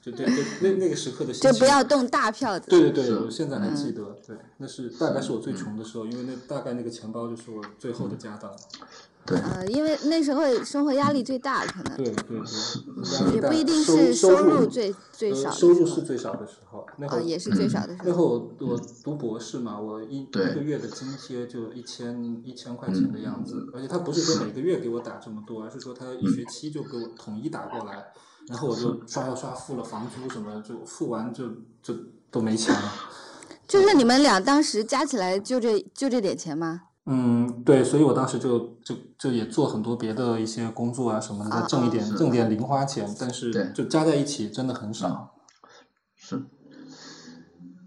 D: 就对对，那那个时刻的心
C: 就
D: 情。
C: 不要嗯动大票子。
D: 对对
B: 是
D: 对，我现在还记得，对，那是大概是我最穷的时候，因为那大概那个钱包就是我最后的家当。
C: 呃，因为那时候生活压力最大，可能
D: 对对对，
C: 也不一定
D: 收
C: 是
D: 收
C: 收入最最
D: 呃
C: 少的
D: 收入嗯
C: 时
D: 是
C: 候
D: 最少的时候，那会
C: 啊，
D: 儿
C: 也是最少的时
D: 那
C: 候。
D: 会儿我我读博士嘛，我一一
B: 对
D: 个月的津贴就一千一千块钱的样
B: 嗯
D: 子，而且他不是说每个月给我打这么多，而是说他一学期就给我统一打过来，然后我就刷刷刷付了房租什么的，就付完就就都没钱了。
C: 就是你们俩当时加起来就这就这点钱吗？
D: 嗯，对，所以我当时就就就也做很多别的一些工作啊什么
C: 啊
D: 的，挣一点
B: 是
D: 挣点零花钱，
B: 对
D: 但
B: 嗯
D: 是就加在一起真的很少。
B: 是，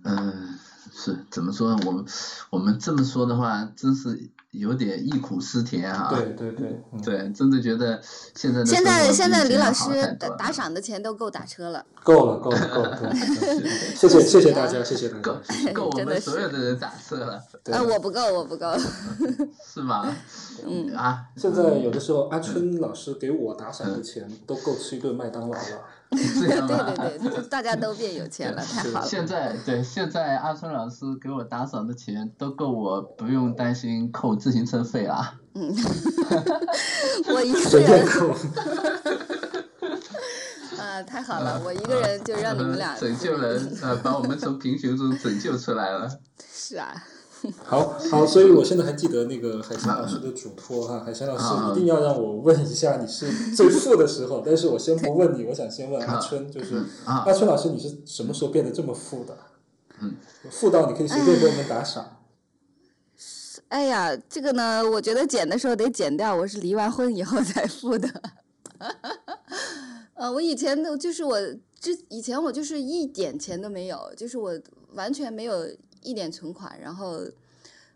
B: 嗯，是怎么说呢？我们我们这么说的话，真是有点忆苦思甜哈、
D: 对对对，嗯，
B: 啊对，真的觉得现在的
C: 现
B: 生活
C: 在
B: 比
C: 现在
B: 以
C: 李
B: 前
C: 老
B: 要好太
C: 师打
B: 多
C: 打
B: 了
C: 赏的钱都够打车了，
D: 够了够了够了，对
B: (laughs)
D: 对对谢谢谢谢大家，谢谢大
B: 够
C: (laughs)
D: 家。
B: 够我
C: 真
B: 们
C: 的
B: 所
C: 是
B: 有的人打车了，
D: 对
C: 呃，我不够，我不够，
B: 是吗？
C: (laughs) 嗯，
B: 啊，
D: (laughs) 现在有的时候阿春老师给我打赏的钱都够吃一顿麦当劳 (laughs) 了。
B: 这
C: 对
B: 样吗？
C: 对对，就大家都变有钱了，太好了。
B: 现在对，现在阿春老师给我打赏的钱都够我不用担心扣自行车费啦。
C: 我一个
D: 随便
C: 人，
D: 扣，
C: 啊，太好了，我一个人
B: 啊
C: 就让你们俩
B: (laughs) 拯救
C: (laughs)
B: 了，呃，把我们从贫穷中拯救出来了。 (laughs)
C: 是啊，
D: 好好，所以我现在还记得那个海贤老师的嘱托哈，海贤老师一定要让我问一下你是最富的时候，但是我先不问你，我想先问阿春，就是
B: 啊
D: 阿春老师你是什么时候变得这么富的？嗯，富到你可以随便给我们打赏，
C: 哎呀，这个呢，我觉得减的时候得减掉，我是离完婚以后 (laughs) 才付的。呃，我以前的就是我之以前我就是一点钱都没有，就是我完全没有一点存款，然后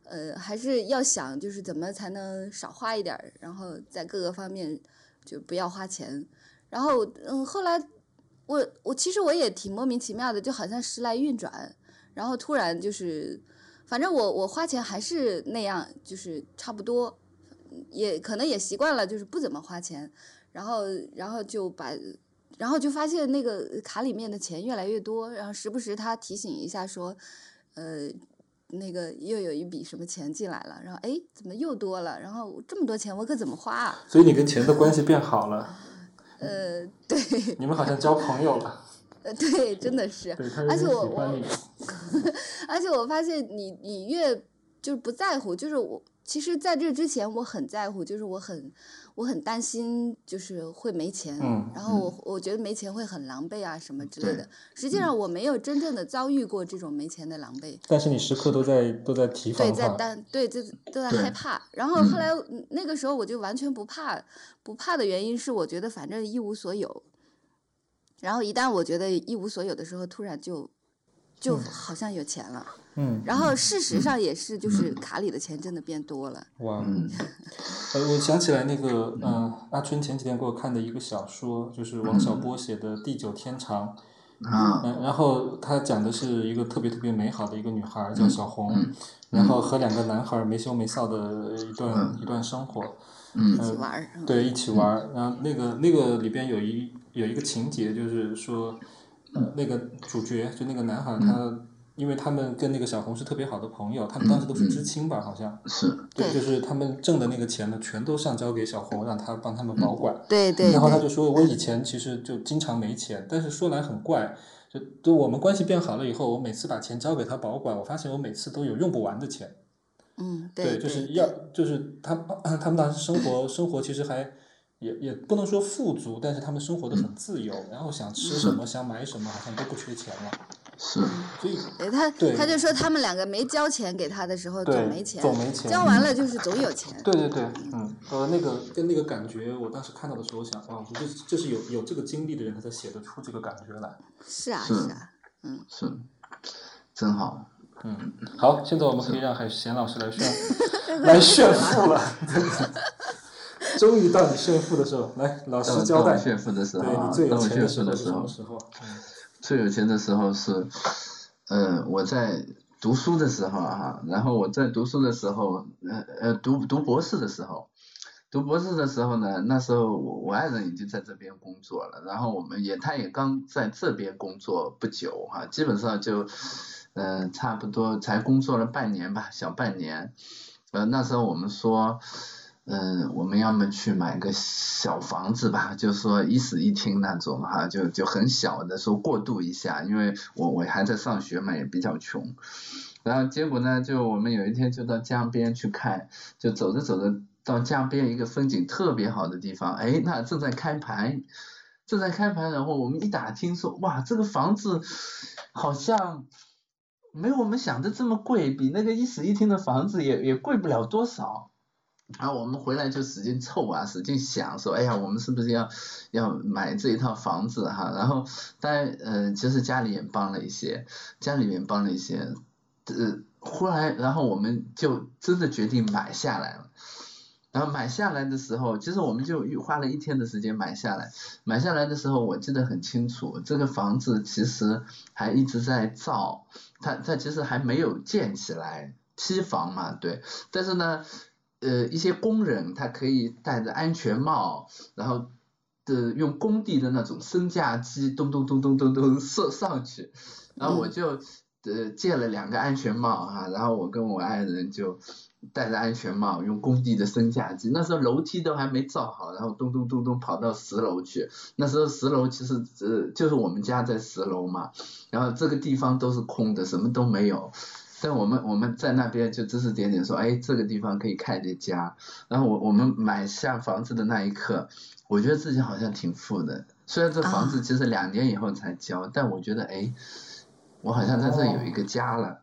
C: 呃还是要想就是怎么才能少花一点儿，然后在各个方面就不要花钱。然后嗯，后来我我其实我也挺莫名其妙的，就好像时来运转，然后突然就是反正我我花钱还是那样，就是差不多，也可能也习惯了，就是不怎么花钱，然后然后就把，然后就发现那个卡里面的钱越来越多，然后时不时他提醒一下说，呃，那个又有一笔什么钱进来了，然后哎怎么又多了，然后这么多钱我可怎么花啊？
D: 所以你跟钱的关系变好了，
C: 呃，对，
D: 你们好像交朋友了，
C: 呃对，真的是，
D: 对，他
C: 而
D: 是
C: 且我
D: 喜欢你，
C: 而且我发现你你越就是不在乎，就是我其实在这之前我很在乎，就是我很我很担心就是会没钱，
D: 嗯
C: 然后我我觉得没钱会很狼狈啊什么之类
B: 对
C: 的。实际上我没有真正的遭遇过这种没钱的狼狈，
D: 但是你时刻都在都在提防
C: 对，
D: 他。
C: 在担对就都在
B: 对
C: 害怕。然后后来嗯那个时候我就完全不怕，不怕的原因是我觉得反正一无所有，然后一旦我觉得一无所有的时候，突然就就好像有钱了。
D: 嗯，
C: 然后事实上也是，就是卡里的钱真的变多了。
D: 哇，
B: 嗯
D: 呃，我想起来那个，嗯，阿春前几天给我看的一个小说，就是王小波写的《地久天长》，
B: 啊，
D: 嗯，然后他讲的是一个特别特别美好的一个女孩儿叫小红，然后和两个男孩儿没羞没臊的一段一段生活，
C: 一起玩儿，嗯
D: 对，一起玩儿。然后那个那个里边有一有一个情节，就是说，呃，那个主角就那个男孩儿，他因为他们跟那个小红是特别好的朋友，他们当时都是知青吧，好像。
B: 是，
D: 对，
C: 对
D: 就是他们挣的那个钱呢，全都上交给小红，让他帮他们保管。
C: 对对
D: 然后他
C: 对，
D: 就说，我以前其实就经常没钱，但是说来很怪，就就我们关系变好了以后，我每次把钱交给他保管，我发现我每次都有用不完的钱。
C: 嗯，
D: 对，就
C: 对
D: 是要就是 (clears throat) 他他们当时生活生活其实还也也不能说富足，但是他们生活的很自由，然后想吃什么想买什么好像都不缺钱了。
B: 是，
D: 所以
C: 对他
D: 对
C: 他就说他们两个没交钱给他的时候
D: 对
C: 总没钱，
D: 总没钱嗯
C: 交完了就是总有钱。
D: 对对对，嗯，呃，那个跟那个感觉，我当时看到的时候想，啊，就是就是有有这个经历的人，他才写得出这个感觉来。
C: 是啊
B: 是
C: 是啊，
B: 是，真好。
D: 嗯，好，现在我们可以让海贤老师来炫来炫富了。 (laughs) 终于到你炫富的时候，来，老
B: 到
D: 师交代，
B: 炫富的时候
D: 对
B: 啊
D: 你，最
B: 到
D: 有
B: 我
D: 钱的
B: 炫富
D: 时候
B: 的
D: 是
B: 时
D: 什
B: 候
D: 么，时候？嗯
B: 最有钱的时候是，呃，我在读书的时候啊，然后我在读书的时候，呃呃，读读博士的时候，读博士的时候呢，那时候我我爱人已经在这边工作了，然后我们也他也刚在这边工作不久哈、基本上就，呃，差不多才工作了半年吧，小半年，呃，那时候我们说。嗯，我们要么去买个小房子吧，就是说一室一厅那种哈，就就很小的，说过渡一下，因为我我还在上学嘛，也比较穷。然后结果呢，就我们有一天就到江边去看，就走着走着到江边一个风景特别好的地方，哎，那正在开盘，正在开盘，然后我们一打听说，哇，这个房子好像没有我们想的这么贵，比那个一室一厅的房子也也贵不了多少。然后我们回来就使劲凑啊，使劲想说，哎呀，我们是不是要要买这一套房子哈？然后，但呃，其实家里也帮了一些，家里面帮了一些，呃，后来，然后我们就真的决定买下来了。然后买下来的时候，其实我们就花了一天的时间买下来。买下来的时候，我记得很清楚，这个房子其实还一直在造，它它其实还没有建起来，期房嘛，对。但是呢，呃，一些工人他可以戴着安全帽，然后的用工地的那种升降机咚咚咚咚咚咚射上去，然后我就呃借了两个安全帽哈、然后我跟我爱人就戴着安全帽，用工地的升降机，那时候楼梯都还没造好，然后咚咚咚咚跑到十楼去，那时候十楼其实呃就是我们家在十楼嘛，然后这个地方都是空的，什么都没有。但我们我们在那边就指指点点说，哎，这个地方可以开个家。然后我我们买下房子的那一刻，我觉得自己好像挺富的。虽然这房子其实两年以后才交，但我觉得哎，我好像在这有一个家了。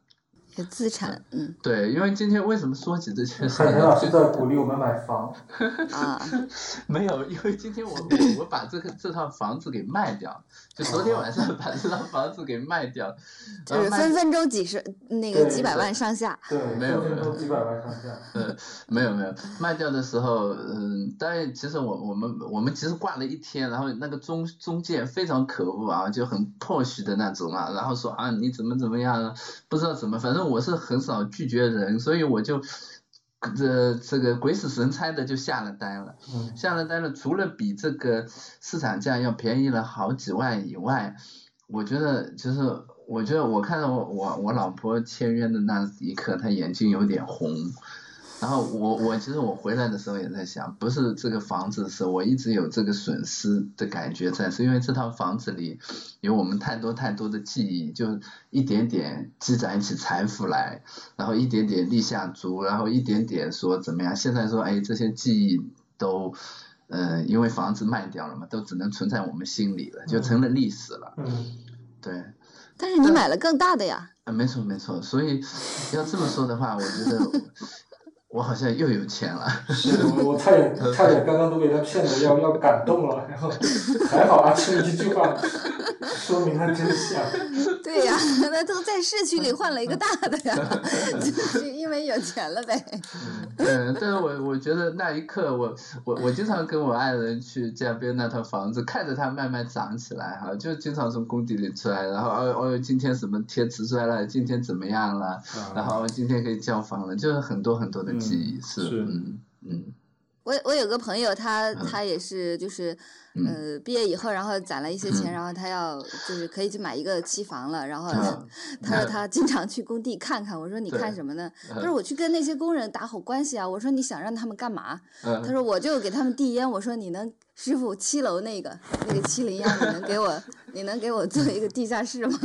C: 有资产，嗯
B: 对，因为今天为什么说起这件事
D: (laughs)
B: 呢
D: 海贤老师在鼓励我们买房，
C: 啊，
B: 没有，因为今天我我我把这个这套房子给卖掉，就昨天晚上把这套房子给卖掉，然
C: 就
B: 后
C: 是
B: 卖
C: 分分钟几十那个
D: 对
C: 几百万上下，
D: 对，
B: 没有
D: 分分
B: 没有
D: 钟几百万上下。
B: 没有没有，卖掉的时候，嗯，当然，其实我我们我们其实挂了一天，然后那个中中介非常可恶啊，就很 push 的那种啊，然后说啊你怎么怎么样啊，不知道怎么，反正我是很少拒绝人，所以我就这这个鬼使神差的就下了单了。
D: 嗯，
B: 下了单了，除了比这个市场价要便宜了好几万以外，我觉得就是，我觉得我看到我我我老婆签约的那一刻，她眼睛有点红。然后我我其实我回来的时候也在想，不是这个房子是我一直有这个损失的感觉在，是因为这套房子里有我们太多太多的记忆，就一点点积攒起财富来，然后一点点立下足，然后一点点说怎么样。现在说，哎，这些记忆都，呃，因为房子卖掉了嘛，都只能存在我们心里了，就成了历史了。
D: 嗯，
B: 对，
C: 但是你买了更大的呀，
B: 啊，没错没错。所以要这么说的话，我觉得我好像又有钱了。 (laughs)
D: 是我我差点
B: 嗯
D: 差点刚刚都被他骗的要要感动了，然后还好阿青一句话说明了真相。 (laughs)
C: 对呀， (laughs) 那都在市区里换了一个大的
D: (laughs)
C: 呀， (laughs) 就是因为有钱了呗。
B: 嗯，但是我我觉得那一刻我，我我经常跟我爱人去江边那套房子，看着它慢慢长起来哈，就经常从工地里出来，然后哦哦，今天什么贴瓷砖了，今天怎么样了，然后今天可以交房了，就是很多很多的记忆、是，
D: 是
B: 嗯嗯
C: 我我有个朋友，他他也是就是，呃，毕业以后，然后攒了一些
B: 嗯
C: 钱，然后他要就是可以去买一个期房了，然后
B: 嗯
C: 他说他经常去工地看看，我说你
B: 对
C: 看什么呢？他
B: 嗯
C: 说我去跟那些工人打好关系啊，我说你想让他们干嘛？他
B: 嗯，
C: 说我就给他们递烟，我说你能师傅七楼那个那个七零幺，你能给我
B: (laughs)
C: 你能给我做一个地下室吗？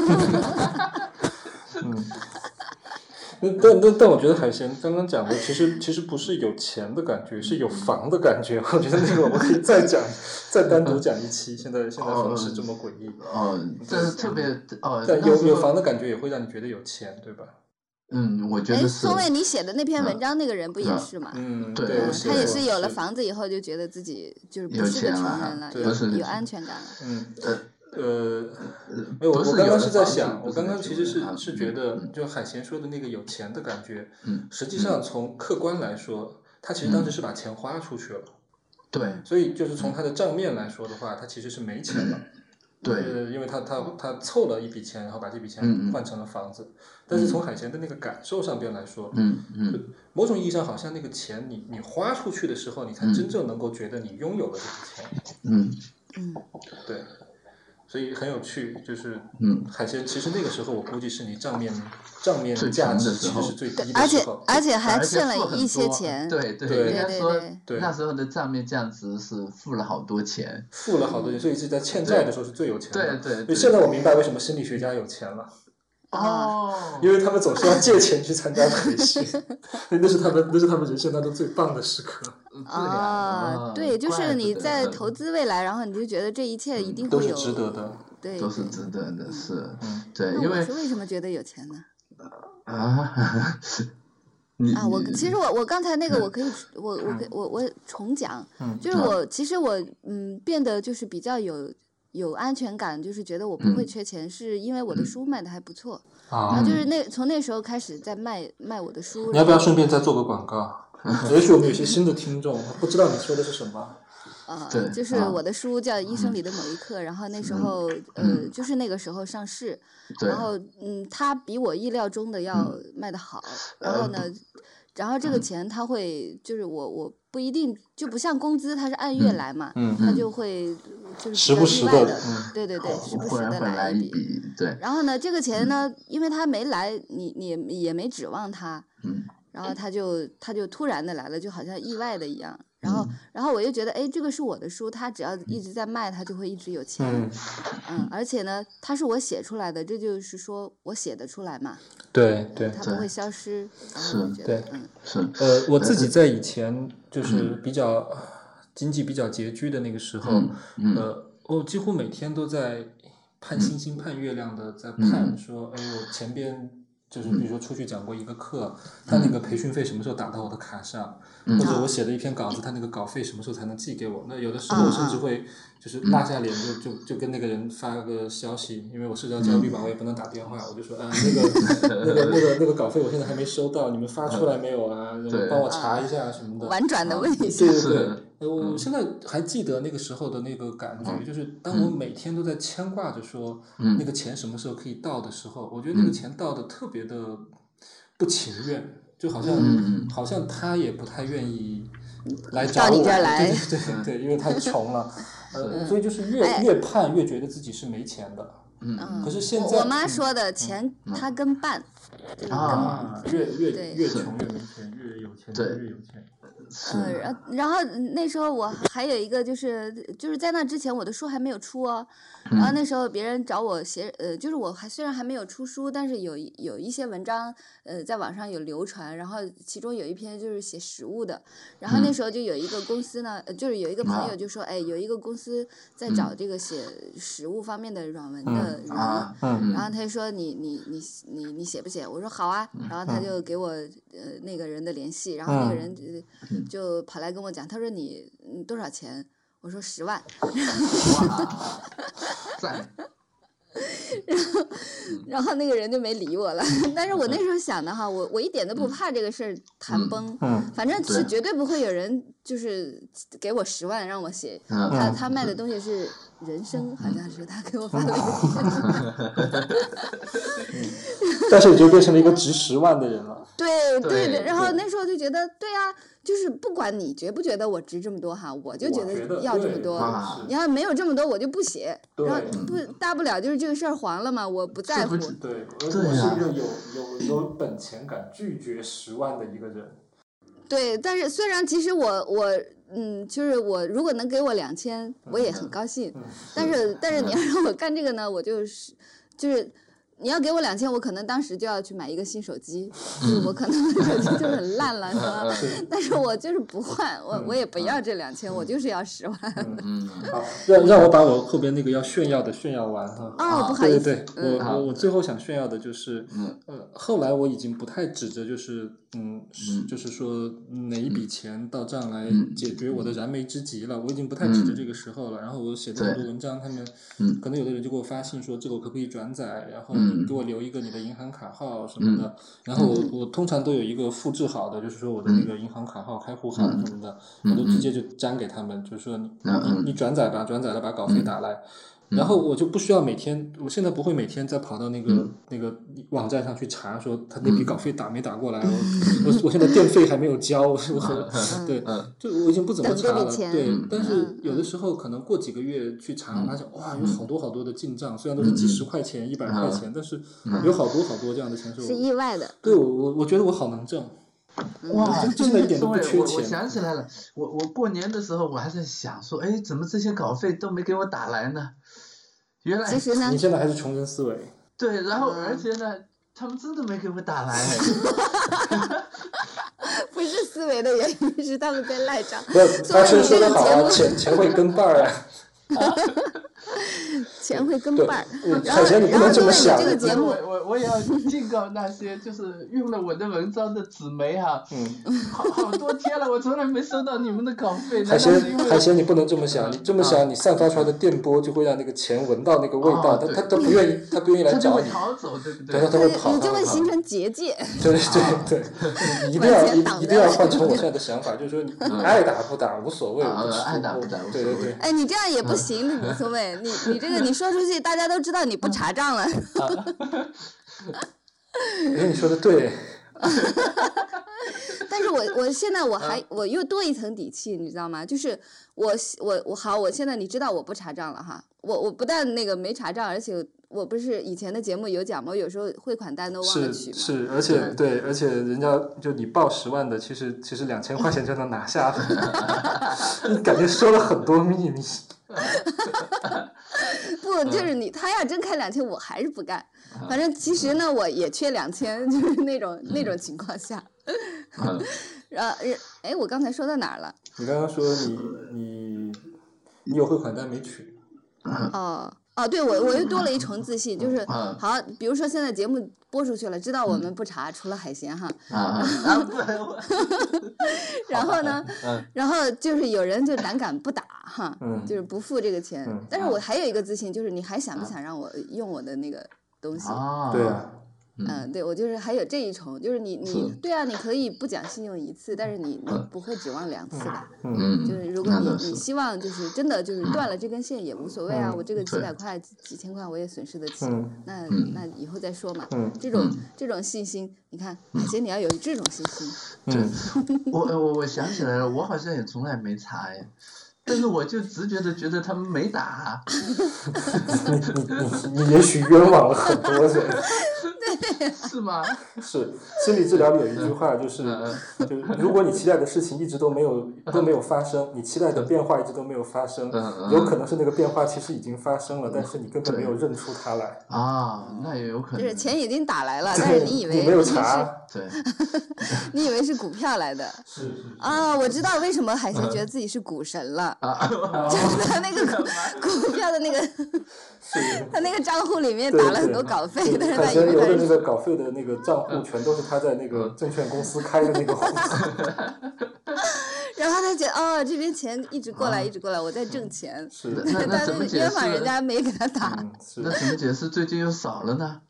D: 嗯，但但但我觉得海贤刚刚讲的，其实其实不是有钱的感觉，是有房的感觉。我觉得那个我们可以再讲，再单独讲一期。现在现在
B: 哦
D: 房市这么诡异，
B: 哦，这是特别哦，
D: 但
B: 那
D: 有
B: 时
D: 有
B: 候
D: 房的感觉也会让你觉得有钱，对吧？
B: 嗯，我觉
C: 哎，
B: 得是
C: 宋卫，你写的那篇文
B: 嗯
C: 章那个人不也
B: 嗯
C: 是吗？
D: 嗯，
B: 对
D: 我
B: 我
D: 写
C: 他也
D: 过
C: 是有了，房子以后就觉得自己就是不
B: 有
C: 是个
B: 钱
C: 穷
B: 了
C: 人了，
D: 对
C: 有
D: 不
B: 是
C: 有安全感了。
D: 嗯
B: 呃
D: 呃，没有，我
B: 不是
D: 我刚
B: 有的
D: 刚是在
B: 房子
D: 想，
B: 不
D: 我
B: 是
D: 刚
B: 那
D: 刚
B: 种
D: 其实是
B: 啊
D: 是觉
B: 嗯
D: 得
B: 嗯，
D: 就海贤说的那个有钱的感觉，
B: 嗯，
D: 实际上从客观来说，他其实当时是把钱花出去了，
B: 对
D: 所以就是
B: 嗯
D: 从他的账面来说的话，他其实是没钱了。
B: 对，
D: 呃，因为他他他凑了一笔钱，然后把这笔钱
B: 嗯嗯
D: 换成了房子，但是从海贤的那个感受上边来说，
B: 嗯嗯，
D: 某种意义上好像那个钱你你花出去的时候，你才
B: 嗯
D: 真正能够觉得你拥有了这笔钱。
B: 嗯
C: 嗯，
D: 对，所以很有趣，就是
B: 嗯，
D: 海鲜其实那个时候我估计是你账面账面
B: 最
D: 价
B: 穷的
D: 值
B: 时
D: 其实
B: 候
D: 是最
C: 对
D: 低，的
C: 而
D: 时
C: 且
D: 候，
C: 而且还
B: 而且
C: 欠了
B: 付很
C: 一些
B: 多
C: 钱。
B: 对
D: 对
B: 对，应该
C: 对
B: 说
C: 对
D: 对
B: 那时候的账面价值是付了好多钱，
D: 付了好多钱，所以是在欠债的时候是最有钱
B: 对
D: 的。
B: 对
D: 所
B: 对，
D: 以现在我明白为什么心理学家有钱了，
B: 哦，
D: 因为他们总是要借钱去参加培训， (laughs) 那是他们那是他们人生当中最棒的时刻，
B: 嗯
C: 啊，对，就是你在投
B: 资
C: 资未来，然后你就觉得这一切一
B: 嗯
C: 定
D: 都
C: 会
D: 是
C: 有，
D: 值得的。
C: 对，
B: 都是
C: 对
B: 值得的，是
D: 嗯，
B: 对，
C: 那
B: 因
C: 我
B: 为
C: 是为什么觉得有钱呢？
B: 啊， (laughs) 你
C: 啊，我其实我我刚才那个
B: 嗯
C: 我可以，我我可以我我重讲，
D: 嗯
C: 就是
B: 啊
C: 我其实我嗯变得就是比较有有安全感，就是觉得我不会
B: 嗯
C: 缺钱，是因为我的
B: 嗯
C: 书卖的还不错，然
D: 啊
C: 后就是那从那时候开始在卖卖我的书，
D: 你要不要顺便再做个广
B: (laughs)
D: 告？也许我们有些新的听众他不知道你说的是什么。
C: 呃，
B: 对
C: 就是
B: 啊
C: 我的书叫《医生里的某一刻》，然后那时候呃
B: 嗯
C: 就是那个时候上市，
B: 对
C: 然后嗯，它比我意料中的要卖得好，然后呢，然后这个钱它会就是我我不一定就不像工资，它是按月来嘛，
D: 嗯
C: 它就会就是
D: 时不时
C: 比较意外
D: 的
C: 的，
D: 嗯
C: 对对对，时不时
B: 忽然
C: 的
B: 会来
C: 一
B: 一。笔，对，
C: 然后呢，这个钱呢，因为他没来，你你也也没指望他，
B: 嗯
C: 然后他就他就突然的来了，就好像意外的一样。然后，
D: 嗯
C: 然后我又觉得，哎，这个是我的书，他只要一直在卖，他就会一直有钱。
D: 嗯，
C: 嗯，而且呢，它是我写出来的，这就是说我写得出来嘛，
D: 对对。
C: 它不
B: 对
C: 会消失。然后我
B: 是
C: 觉得
D: 对，
C: 嗯，
B: 是，
D: 呃，我自己在以前就是比较、经济比较拮据的那个时候，
B: 嗯嗯
D: 呃，我几乎每天都在盼星星盼月亮的在盼，说，哎，我前边。就是比如说出去讲过一个课，他那个培训费什么时候打到我的卡上，
B: 嗯
D: 或者我写了一篇稿子，他那个稿费什么时候才能寄给我？那有的时候我甚至会就是拉下脸就就就跟那个人发个消息，因为我社交焦虑嘛，我也不能打电话，我就说啊
B: (laughs)
D: 那个那个那个那个稿费我现在还没收到，你们发出来没有啊？然后
B: 对
D: 帮我查一下什么的。
C: 婉转的问一下
D: 对，对
B: 是
D: 对，呃我现在还记得那个时候的那个感觉，就是当我每天都在牵挂着说那个钱什么时候可以到的时候，我觉得那个钱到的特别的不情愿，就好像好像他也不太愿意来找我，
C: 到你
D: 对
C: 这儿来
D: 对对对，因为太穷了，呃，所以就是
C: 哎
D: 越越盼越觉得自己是没钱的。
C: 嗯，
D: 可是现
C: 我
D: 在嗯
C: 我妈说的，钱它跟伴，就是跟
B: 啊，
D: 越越
C: 对
D: 越穷越没钱，越有钱
B: 对
D: 越有钱。
C: 嗯，
B: 是，啊
C: 然后然后那时候我还有一个就是就是在那之前我的书还没有出哦，
B: 嗯
C: 然后那时候别人找我写呃，就是我还虽然还没有出书，但是有一有一些文章呃在网上有流传，然后其中有一篇就是写食物的，然后那时候就有一个公司呢，呃就是有一个朋友
B: 嗯啊嗯
C: 就说，哎，有一个公司在找这个写食物方面的软文的人，
B: 啊，
D: 嗯
C: 然后他就说你你你你你写不写？我说好啊，然后他就给我呃那个人的联系，然后那个
D: 嗯
C: 人就就跑来跟我讲，他说你你多少钱？我说十万，
B: 哇，
C: (laughs)
B: 赞，嗯
C: 然后那个人就没理我了。 (laughs) 但是我那时候想的哈，我我一点都不怕这个事儿谈
B: 嗯
C: 崩，
D: 嗯
C: 反正是
B: 对
C: 绝对不会有人就是给我十万让我写。
B: 嗯
C: 他他卖的东西是人参，好像是他给我发了一个。
D: 但是你就变成了一个值十万的人了。
C: 对
B: 对
C: 的，然后
B: 对
C: 那时候就觉得，对啊，就是不管你觉不觉得我值这么多哈，我就觉得要这么多。
B: 啊
C: 你要没有这么多，我就不写。
D: 对
C: 然后不大不了就是这个事儿黄了嘛，我不在乎
B: 不。是
D: 对，我
B: 对
D: 我是
B: 啊
D: 一个有有有本钱敢拒绝十万的一个人。
C: 对，但是虽然其实我我嗯，就是我如果能给我两
D: 嗯
C: 千，我也很高兴。但是但是你要让我干这个呢，我就是就是你要给我两千，我可能当时就要去买一个新手机，就是我可能 (laughs) 手机就很烂了，是
B: 呃
C: 吧？
B: 嗯
C: 但是我就是不换，
D: 嗯
C: 我我也不要这两千，我就是要十万。
B: 嗯，
D: 好，让让我把我后边那个要炫耀的炫耀完哈。
C: 哦，不好
D: 啊对
C: 意
D: 对
C: 思
D: 对，，
C: 嗯
D: 我我我最后想炫耀的就是，
B: 嗯
D: 呃，后来我已经不太指着就是，嗯，是就是说哪一笔钱到账来
B: 嗯
D: 解决我的燃眉之急了，我已经不太指着这个时候了。然后我写的很多
B: 对
D: 文章，他们
B: 嗯
D: 可能有的人就给我发信说，这个我可不可以转载？然后
B: 嗯
D: 你给我留一个你的银行卡号什么的。然后我我通常都有一个复制好的，就是说我的
B: 嗯
D: 那个银行卡号、开户号什么的，我都直接就粘给他们，就是说你
B: 嗯嗯
D: 你你转载吧，转载了把稿费打来。然后我就不需要每天，我现在不会每天再跑到那个、那个网站上去查，说他那笔稿费打没打过来，我我我现在电费还没有交，我我 (laughs) 对，就我已经不怎么查
C: 等这
D: 了
C: 笔，钱
D: 对
C: 嗯。
D: 但
C: 嗯
D: 是有的时候可能过几个月去查，发现哇，有好多好多的进账，虽然都是几十块钱、一百块钱，但是有好多好多这样的钱是
C: 是
D: 我，
C: 意外的，
D: 对我我我觉得我好能挣，
B: 哇，
D: 真真的一点都不缺
B: 我我
D: 钱
B: 想起来了，我我过年的时候我还在想说，哎，怎么这些稿费都没给我打来呢？原来
C: 其实呢
D: 哎你，现在还是穷人思
C: (laughs)
D: 维。
B: 对，然后
C: 嗯
B: 而且呢，他们真的没给我打来。
D: 哎
B: (laughs)
C: 不是思维的原因，是他们在赖账。
D: 不，
C: 所以
D: 发生说的好
C: 这
D: 啊，
C: 个节
D: 钱钱会跟伴儿啊。
C: 钱会 (laughs) 跟
D: 对
C: 伴儿。，
D: 嗯
C: 然后
D: 海贤，你不
C: 然后
D: 能这么
C: 另外
D: 想
C: 这。个节
B: 我
C: 目
B: 我我也要警告那些就是用了我的文章的纸媒哈、
D: 嗯，
B: 好好多天了，我从来没收到你们的稿费，
D: 海
B: 难道
D: 贤
B: 是因，
D: 海
B: 为？啊
D: 贤，你不能这么想。你这么想，你散发出来的电波就会让那个钱闻到那个味道，
B: 哦
D: 他
B: 对
D: 他他不愿意，他不愿意来
B: 他就
D: 找
B: 会
D: 你。
B: 逃走，对不
D: 对，他
B: 对？
D: 他会跑。
C: 呃你就
D: 他
C: 会
D: 跑嗯
C: 形成结界，
D: 对
B: 啊
D: 对对对，
B: (laughs)
D: 你一定要
C: 把钱挡
D: 一一定要
C: 着
D: 换成我现在的想法，就是说你你爱打不打无所谓，
B: 嗯啊
D: 我不
B: 爱打不打无所
D: 对
B: 谓
D: 对对。
C: 哎，你这样也
D: 嗯
C: 不行，无所谓。
D: (laughs)
C: 你你这个你说出去，大家都知道你
D: 嗯
C: 不查账了。
D: 哎，你说的
B: (laughs)
D: 对，
C: 但是我我现在我
D: 嗯
C: 还我又多一层底气，你知道吗？就是我我我好，我现在你知道我不查账了哈。我我不但那个没查账，而且我不是以前的节目有讲吗？我有时候汇款单都忘了取
D: 是
C: 嘛。
D: 是，而
B: 嗯
D: 且对，而且人家就你报十万的，其实其实两千块钱就能拿下
B: (laughs)
D: 了，你感觉说了很多秘密。
C: 不，就是你，他要真开两千，我还是不干。反正其实呢，我也缺两千， (laughs) 就是那种那种情况下。
B: 嗯
C: 然后，哎，我刚才说到哪儿了？
D: 你刚刚说你你你有汇款单没取，
C: 哦哦，对我我又多了一重自信，就是
B: 嗯
C: 好，比如说现在节目播出去了，知道我们不查，除了海鲜哈，
B: 啊啊！不然我
C: 然后呢，
B: 嗯
C: 然后就是有人就胆敢不打哈，
D: 嗯
C: 就是不付这个钱
D: 嗯。
C: 但是我还有一个自信，就是你还想不想让我用我的那个东西？
B: 啊，
D: 对啊，
C: 嗯，对我就是还有这一重，就是你你
B: 是
C: 对啊，你可以不讲信用一次，但是你你不会指望两次吧？
B: 嗯，
C: 就是如果
B: 那
C: 你
B: 倒
C: 你
B: 是
C: 希望就是真的就是断了这根线也无所谓啊，
D: 嗯
C: 我这个几
B: 对
C: 百块几几千块我也损失得起，
D: 嗯
C: 那
B: 嗯
C: 那以后再说嘛。
D: 嗯
C: 这种这种信心，你看海鲜你要有这种信心，
D: 嗯，
B: 我呃我我想起来了，我好像也从来没查哎，但是我就直觉的觉得他们没打、
D: 你你你你也许冤枉了很多人。 (laughs)
B: 是吗？
D: 是心理治疗里有一句话，就是
B: 嗯
D: 就是如果你期待的事情一直都没有都没有发生，你期待的变化一直都没有发生
B: 嗯嗯，
D: 有可能是那个变化其实已经发生了，但是你根本没有认出它来。
B: 啊，那也有可
C: 就
B: 能。
C: 是钱已经打来
D: (laughs)
C: 了，但
D: 对
C: 是你以为
D: 没有
C: 是
D: 查，
B: 对，
C: 你以为是股票来的
D: 是是
C: 啊！我知道为什么海鲜觉得自己是股神了，就是他那个股股票的那个
D: 是。
C: 他那个账户里面 (laughs)
D: 对
C: 打了很
D: 对
C: 多稿费
D: 对，
C: 但是
D: 海
C: 他以
D: 鲜
C: 为
D: 油
C: 他
D: 的
C: 是
D: 那个稿费的那个账
B: 嗯
D: 户，全都是他在那个证券公司开的那
B: (laughs)
D: 个户。
C: 然后他觉得哦，这边钱一直
D: 啊
C: 过来，一直过来，我在挣钱。
D: 是的，
B: 那那
C: 但
B: 怎么
C: 是
B: 解
C: 冤枉
B: 释？
C: 人家没给他打，
D: 嗯，是
B: 那
D: 的，
B: 怎么解释最近又少了呢？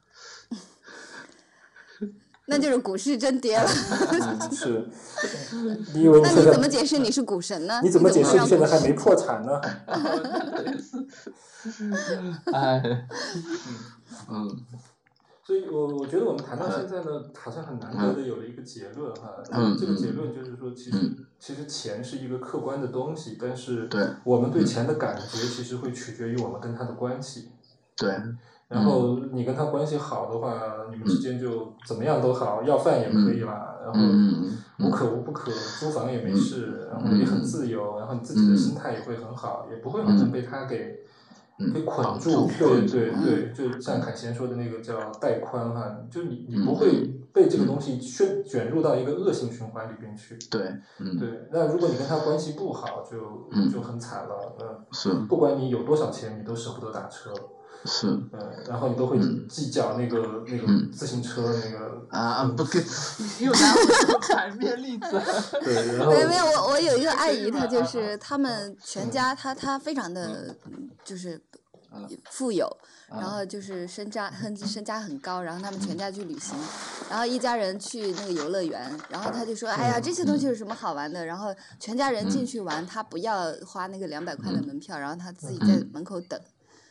C: 那就是股市真跌了。
D: 嗯是。你以为你
C: 那
D: 现
C: 你
D: 在
C: 怎么解释你是股神呢？
D: 你怎么解释
C: 让
D: 你现在
C: 股
D: 还没破产呢？
B: 嗯
C: 嗯
B: (laughs) 哎，嗯
D: 所以我我觉得我们谈到现在呢，好像很难得的有了一个结论哈。
B: 嗯
D: 这个结论就是说，其实其实钱是一个客观的东西，但是
B: 对嗯
D: 我们对钱的感觉其实会取决于我们跟它的关系。
B: 对，嗯
D: 然后你跟他关系好的话，你们之间就怎么样都好，要饭也可以啦，然后
B: 嗯
D: 无可无不可，租房也没事，然后也很自由，然后你自己的心态也会很好，也不会好像被他给
B: 嗯
D: 被
B: 绑
D: 捆
B: 住
D: 对
B: 捆住
D: 对
B: 嗯
D: 对，就像凯贤说的那个叫带宽哈，就你你
B: 嗯
D: 不会被这个东西卷卷入到一个恶性循环里边去。
B: 对，嗯，
D: 对，那如果你跟他关系不好，就
B: 嗯
D: 就很惨了。嗯，
B: 是
D: 不管你有多少钱，你都舍不得打车。
B: 是
D: 嗯，然后你都会
B: 嗯
D: 计较那个那个
B: 嗯
D: 自行车
C: (laughs)
D: 那个
B: 啊，不跟又拿我说反面例子，
D: 对，然后
C: 没有没有，我我有一个阿姨，
B: 是吗
C: 她就
B: 啊
C: 是他们全家，她她非常的就是
B: 嗯
C: 富有，
B: 啊
C: 然后就是身家很 (laughs) 身家很高，然后他们全家去旅行，然后一家人去那个游乐园，然后他就说，哎呀，这些东西有什么好玩的？然后全家人进去玩，他不要花那个两百块的门票，然后他自己在门口等，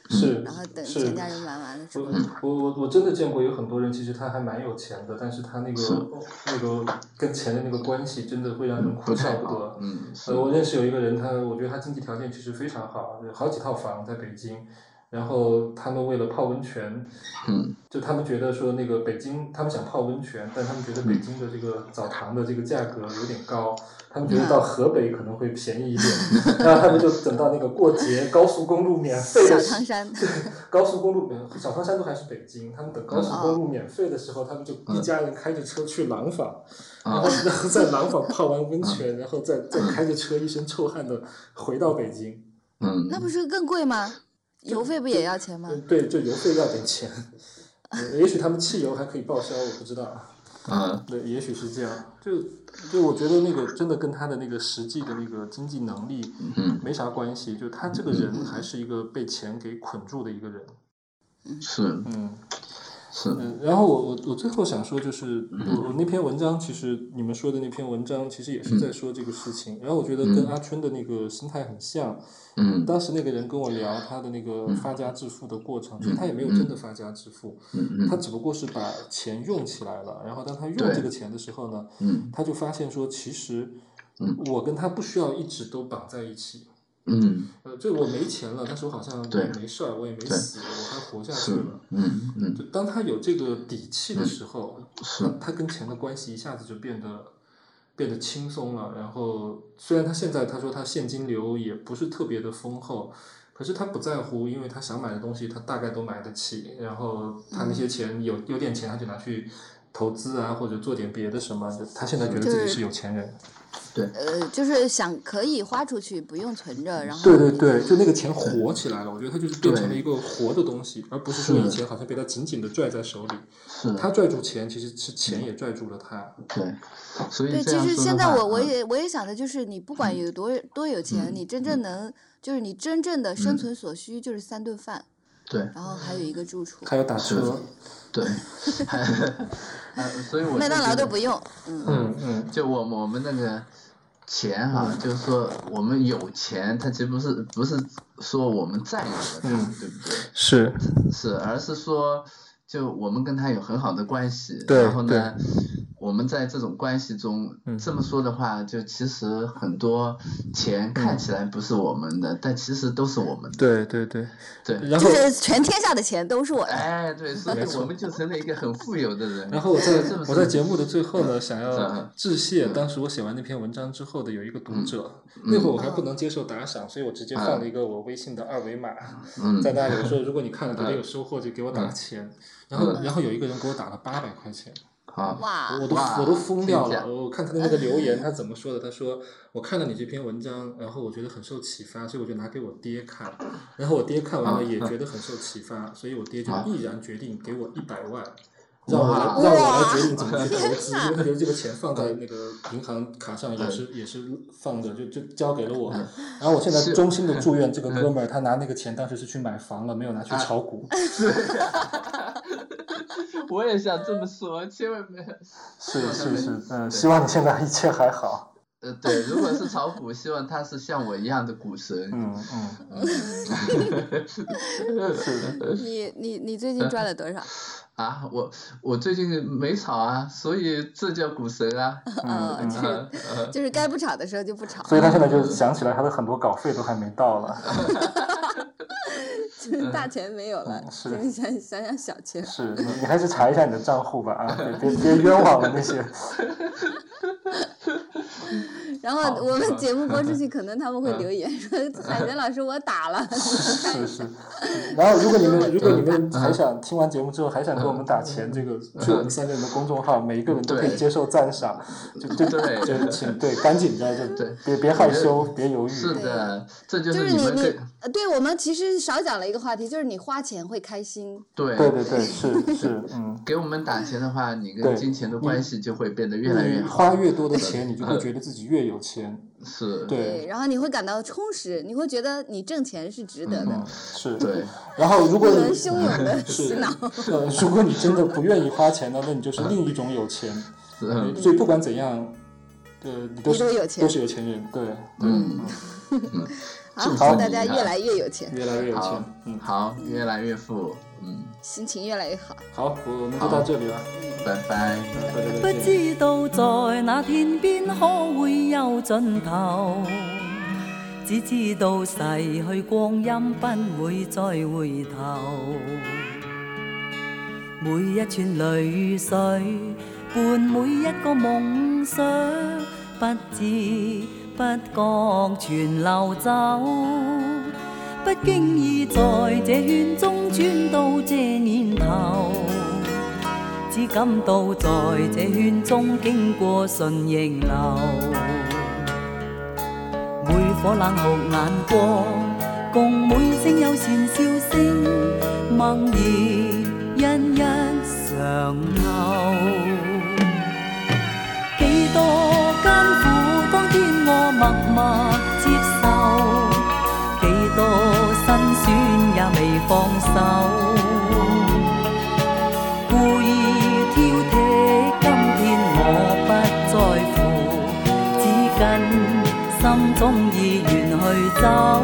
D: 是
C: 然后等
D: 是
C: 全家人玩完了之
D: 我
C: 后，
D: 我我我真的见过有很多人，其实他还蛮有钱的，但是他那
B: 是
D: 个那个跟钱的那个关系，真的会让人哭
B: 不
D: 笑
B: 太
D: 不得
B: 好。，嗯，是
D: 呃，我认识有一个人，他我觉得他经济条件其实非常好，有好几套房在北京。然后他们为了泡温泉，
B: (laughs) 嗯，
D: 就他们觉得说那个北京，他们想泡温泉，但他们觉得北京的这个澡堂的这个价格有点高，他们觉得到河北可能会便宜
B: (laughs)
D: 一点，然后他们就等到那个过节高速公路免费
C: 小
D: 的
C: 汤山，
D: (laughs) 高速公路，呃小汤山都还是北京，他们等高速公路免费的时候，他们就一家人开着车去廊坊，然后然后在廊坊泡完温泉，然后再再开着车一身臭汗的回到北京。
B: 嗯，
C: 那不是更贵吗？邮费不也要钱吗？
D: 嗯对，就邮费要点钱， (laughs) 呃也许他们汽油还可以报销，我不知道。
B: 嗯
D: 对，也许是这样。就就我觉得那个真的跟他的那个实际的那个经济能力
B: 嗯
D: 没啥关系，就他这个人还是一个被钱给捆住的一个人。
B: 是
D: 嗯。
B: 是，
D: 嗯，然后我我我最后想说就是，
B: 嗯
D: 我我那篇文章其实你们说的那篇文章其实也
B: 嗯
D: 是在说这个事情，然后我觉得跟阿春的那个心态很像。
B: 嗯
D: 当时那个人跟我聊他的那个发家致富的过程，其实他也没有真的发家致富，
B: 嗯
D: 他
B: 嗯
D: 只不过是把钱用起来了，然后当他用
B: 对
D: 这个钱的时候呢，
B: 嗯
D: 他就发现说其实
B: 嗯
D: 我跟他不需要一直都绑在一起。
B: 嗯，
D: 呃，就我没钱了，但是我好像
B: 对
D: 没事儿，我也没
B: 对
D: 死，我还活下去
B: 是
D: 了。，
B: 嗯嗯
D: 就当他有这个底气的时候，
B: 是
D: 他他跟钱的关系一下子就变得变得轻松了。然后虽然他现在他说他现金流也不是特别的丰厚，可是他不在乎，因为他想买的东西他大概都买得起。然后他那些钱有有点钱他就拿去投资啊，或者做点别的什么。他现在觉得自己是有钱人。
C: 呃，就是想可以花出去，不用存着，然后
D: 对对对，就那个钱活起来了，我觉得它就是变成了一个活的东西，而不是说
B: 是
D: 以前好像被他紧紧的拽在手里。
B: 是，
D: 他拽住钱，其实是钱也拽住了他。
B: 对，所以
C: 对，
B: 这
C: 其
B: 样
C: 实
B: 说
C: 现
B: 的
C: 在
B: 话
C: 我我
B: 嗯
C: 也我也想的就是，你不管有多多有钱，你真正能就是你真正的生
B: 嗯
C: 存所需就是三顿饭，
B: 对
C: 然后还有一个住处，
D: 还有打
B: 是
D: 车，
C: (laughs)
B: 对，还啊，所以我
C: 麦
B: 就
C: 当
B: 觉
C: 劳
B: 得
C: 都不用，嗯，
D: 嗯嗯，
B: 就我们我们那个钱哈、就是说我们有钱，它其实不是不是说我们占有了它，
D: 嗯
B: 对不对？
D: 是
B: 是，而是说就我们跟他有很好的关系，
D: 对
B: 然后呢，我们在这种关系中，
D: 嗯
B: 这么说的话，就其实很多钱
D: 嗯
B: 看起来不是我们的，但其实都是我们的，
D: 对对对。
B: 对。
D: 然
C: 就
D: 后，
C: 是全天下的钱都是我的，
B: 哎，对，所以
D: 没错
B: 我们就成了一个很富有的人。
D: 然后我在
B: 是不是
D: 我在节目的最后呢，想要
B: 嗯
D: 致谢当时我写完那篇文章之后的有一个读者，那
B: 嗯
D: 会儿我还不能接受打赏，所以我直接放了一个我微信的二维码，
B: 嗯嗯
D: 在那里我说如果你看了觉得有收获就给我打钱，然后然后有一个人给我打了八百块钱，
B: 好，
C: 哇，
D: 我都
B: 哇
D: 我都疯掉
B: 真
D: 了。
B: 假
D: 我看他的那个留言，他怎么说的？他说我看了你这篇文章，然后我觉得很受启发，所以我就拿给我爹看，然后我爹看完了
B: 啊
D: 也觉得很受启发，所以我爹就
B: 啊
D: 毅然决定给我一百万。让我
B: 哇
D: 来让我来
C: 哇
D: 决定怎么去投资，
C: 天哪
D: 因为他觉得这个钱放在那个银行卡上也是也是放着，就就交给了我。然后我现在
B: 是
D: 衷心的祝愿这个哥们儿，他拿那个钱当时是去买房了，没有拿去炒股。
B: 我也想这么说，千万不要。
D: 是是 (laughs) 是，嗯，希望你现在一切还好。
B: 呃，对，如果是炒股，希望他是像我一样的股神。
D: 嗯嗯。
C: 你你你最近赚了
B: (laughs)
C: 多少？
B: 啊，我我最近没炒啊，所以这叫股神啊。
C: 哦，
D: 嗯
C: 就是
D: (laughs)
B: 嗯呃
C: 就是该不炒的时候就不炒，
D: 所以他现在
B: 嗯
D: 就想起来，他的很多稿费都还没到了。
C: 就是大钱没有了， (laughs)
D: 嗯是
C: 想想想想小钱，
D: 是你，你还是查一下你的账户吧啊，别别别冤枉了那些。
C: 然后
B: 好
C: 我
B: 好
C: 们节目播出
B: (laughs)
C: 去，可能他们会
B: 嗯
C: 留言说：“海贤老师，我
B: (laughs)
C: 打了。
D: 是是，然后如果你们如果你
B: 嗯
D: 们还想听完节目之后还想给我们打钱，这个去我们三个人的公众号，每一个人都可以接受赞赏，就就
B: 对
D: 就请对赶紧在这，
B: 对
D: 别别害羞，别犹豫，
B: 是的，这”就
C: 就是是
B: 你
C: 你
B: 们
C: 你
B: 可
C: 呃对我们其实少讲了一个话题，就是你花钱会开心。
D: 对
B: 对
D: 对对，是是，嗯，
B: 给我们打钱的话，你跟
D: 对
B: 金钱的关系就会变得 (laughs) 越来越
D: 你
B: 好。
D: 花越多的钱，你就会觉得自己越有钱，
B: 是，
D: 对，
C: 然后你会感到充实，你会觉得你挣钱是值得的
D: 嗯，是，
B: 对，
D: 然后如
C: 不
D: 果
C: 能
D: 你
C: 汹涌
B: (laughs)
C: 的洗脑。 (laughs)
D: 呃，如果你真的不愿意花钱呢，那你就是另一种有钱。
B: (laughs) 嗯
D: 所以不管怎样，呃，你都
C: 你
D: 是
C: 都有钱
D: 都是有钱人，对，对，
B: 嗯，
C: 好，
B: 好
C: 祝大家
B: 啊
C: 越来越有钱，
D: 越来越有
B: 好
D: 钱。嗯，
B: 好，越来越富，嗯，
C: 心情越来越好。
D: 好，我我们就到这里了，
B: 拜拜。
D: 大家
E: 不
D: 再见。
E: 知道在那天邊可會有盡頭，只知道逝去光陰不會再回頭。每一串淚水伴每一個夢想，不知不覺全流走。不經意在這圈中轉到這年頭。只感到在這圈中經過順逆流，每顆冷酷眼光，共每聲友善笑聲，默然一一上透。幾多艱苦，當天我默默接受，幾多辛酸也未放手。故意挑剔，今天我不在乎，只跟心中意願去走。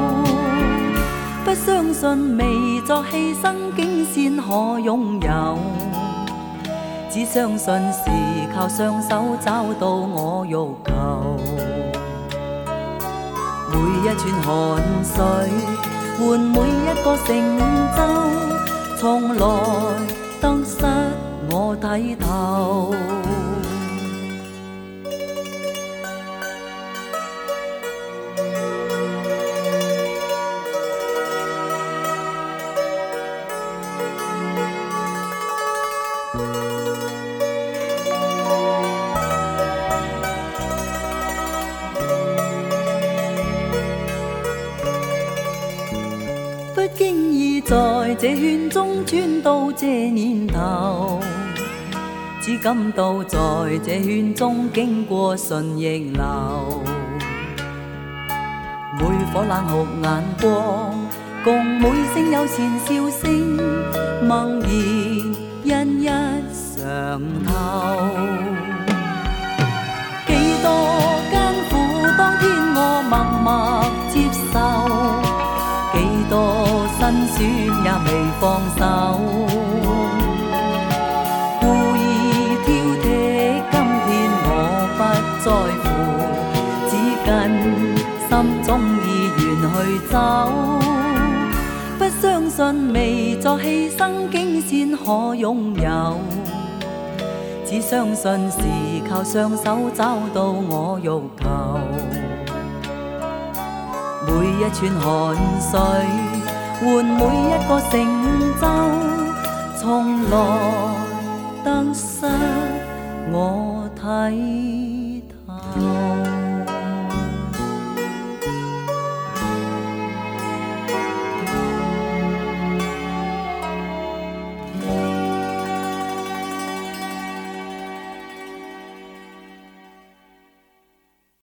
E: 不相信未作犧牲，竟先可擁有。只相信是靠雙手找到我欲求。每一串汗水，換每一個成就，從來得失我睇透。不經意在這圈中轉到這年頭，只感到在這圈中經過順逆流，每顆冷酷眼光，共每聲友善笑聲，默然一一上透。幾多艱苦，當天我默默接受；幾多辛酸也未放手。故意挑剔，今天我不在乎，只跟心中意願去走。不相信未作犧牲，竟先可擁有。只相信是靠雙手找到我欲求。每一串汗水，換每一個成就，從來得失我睇透。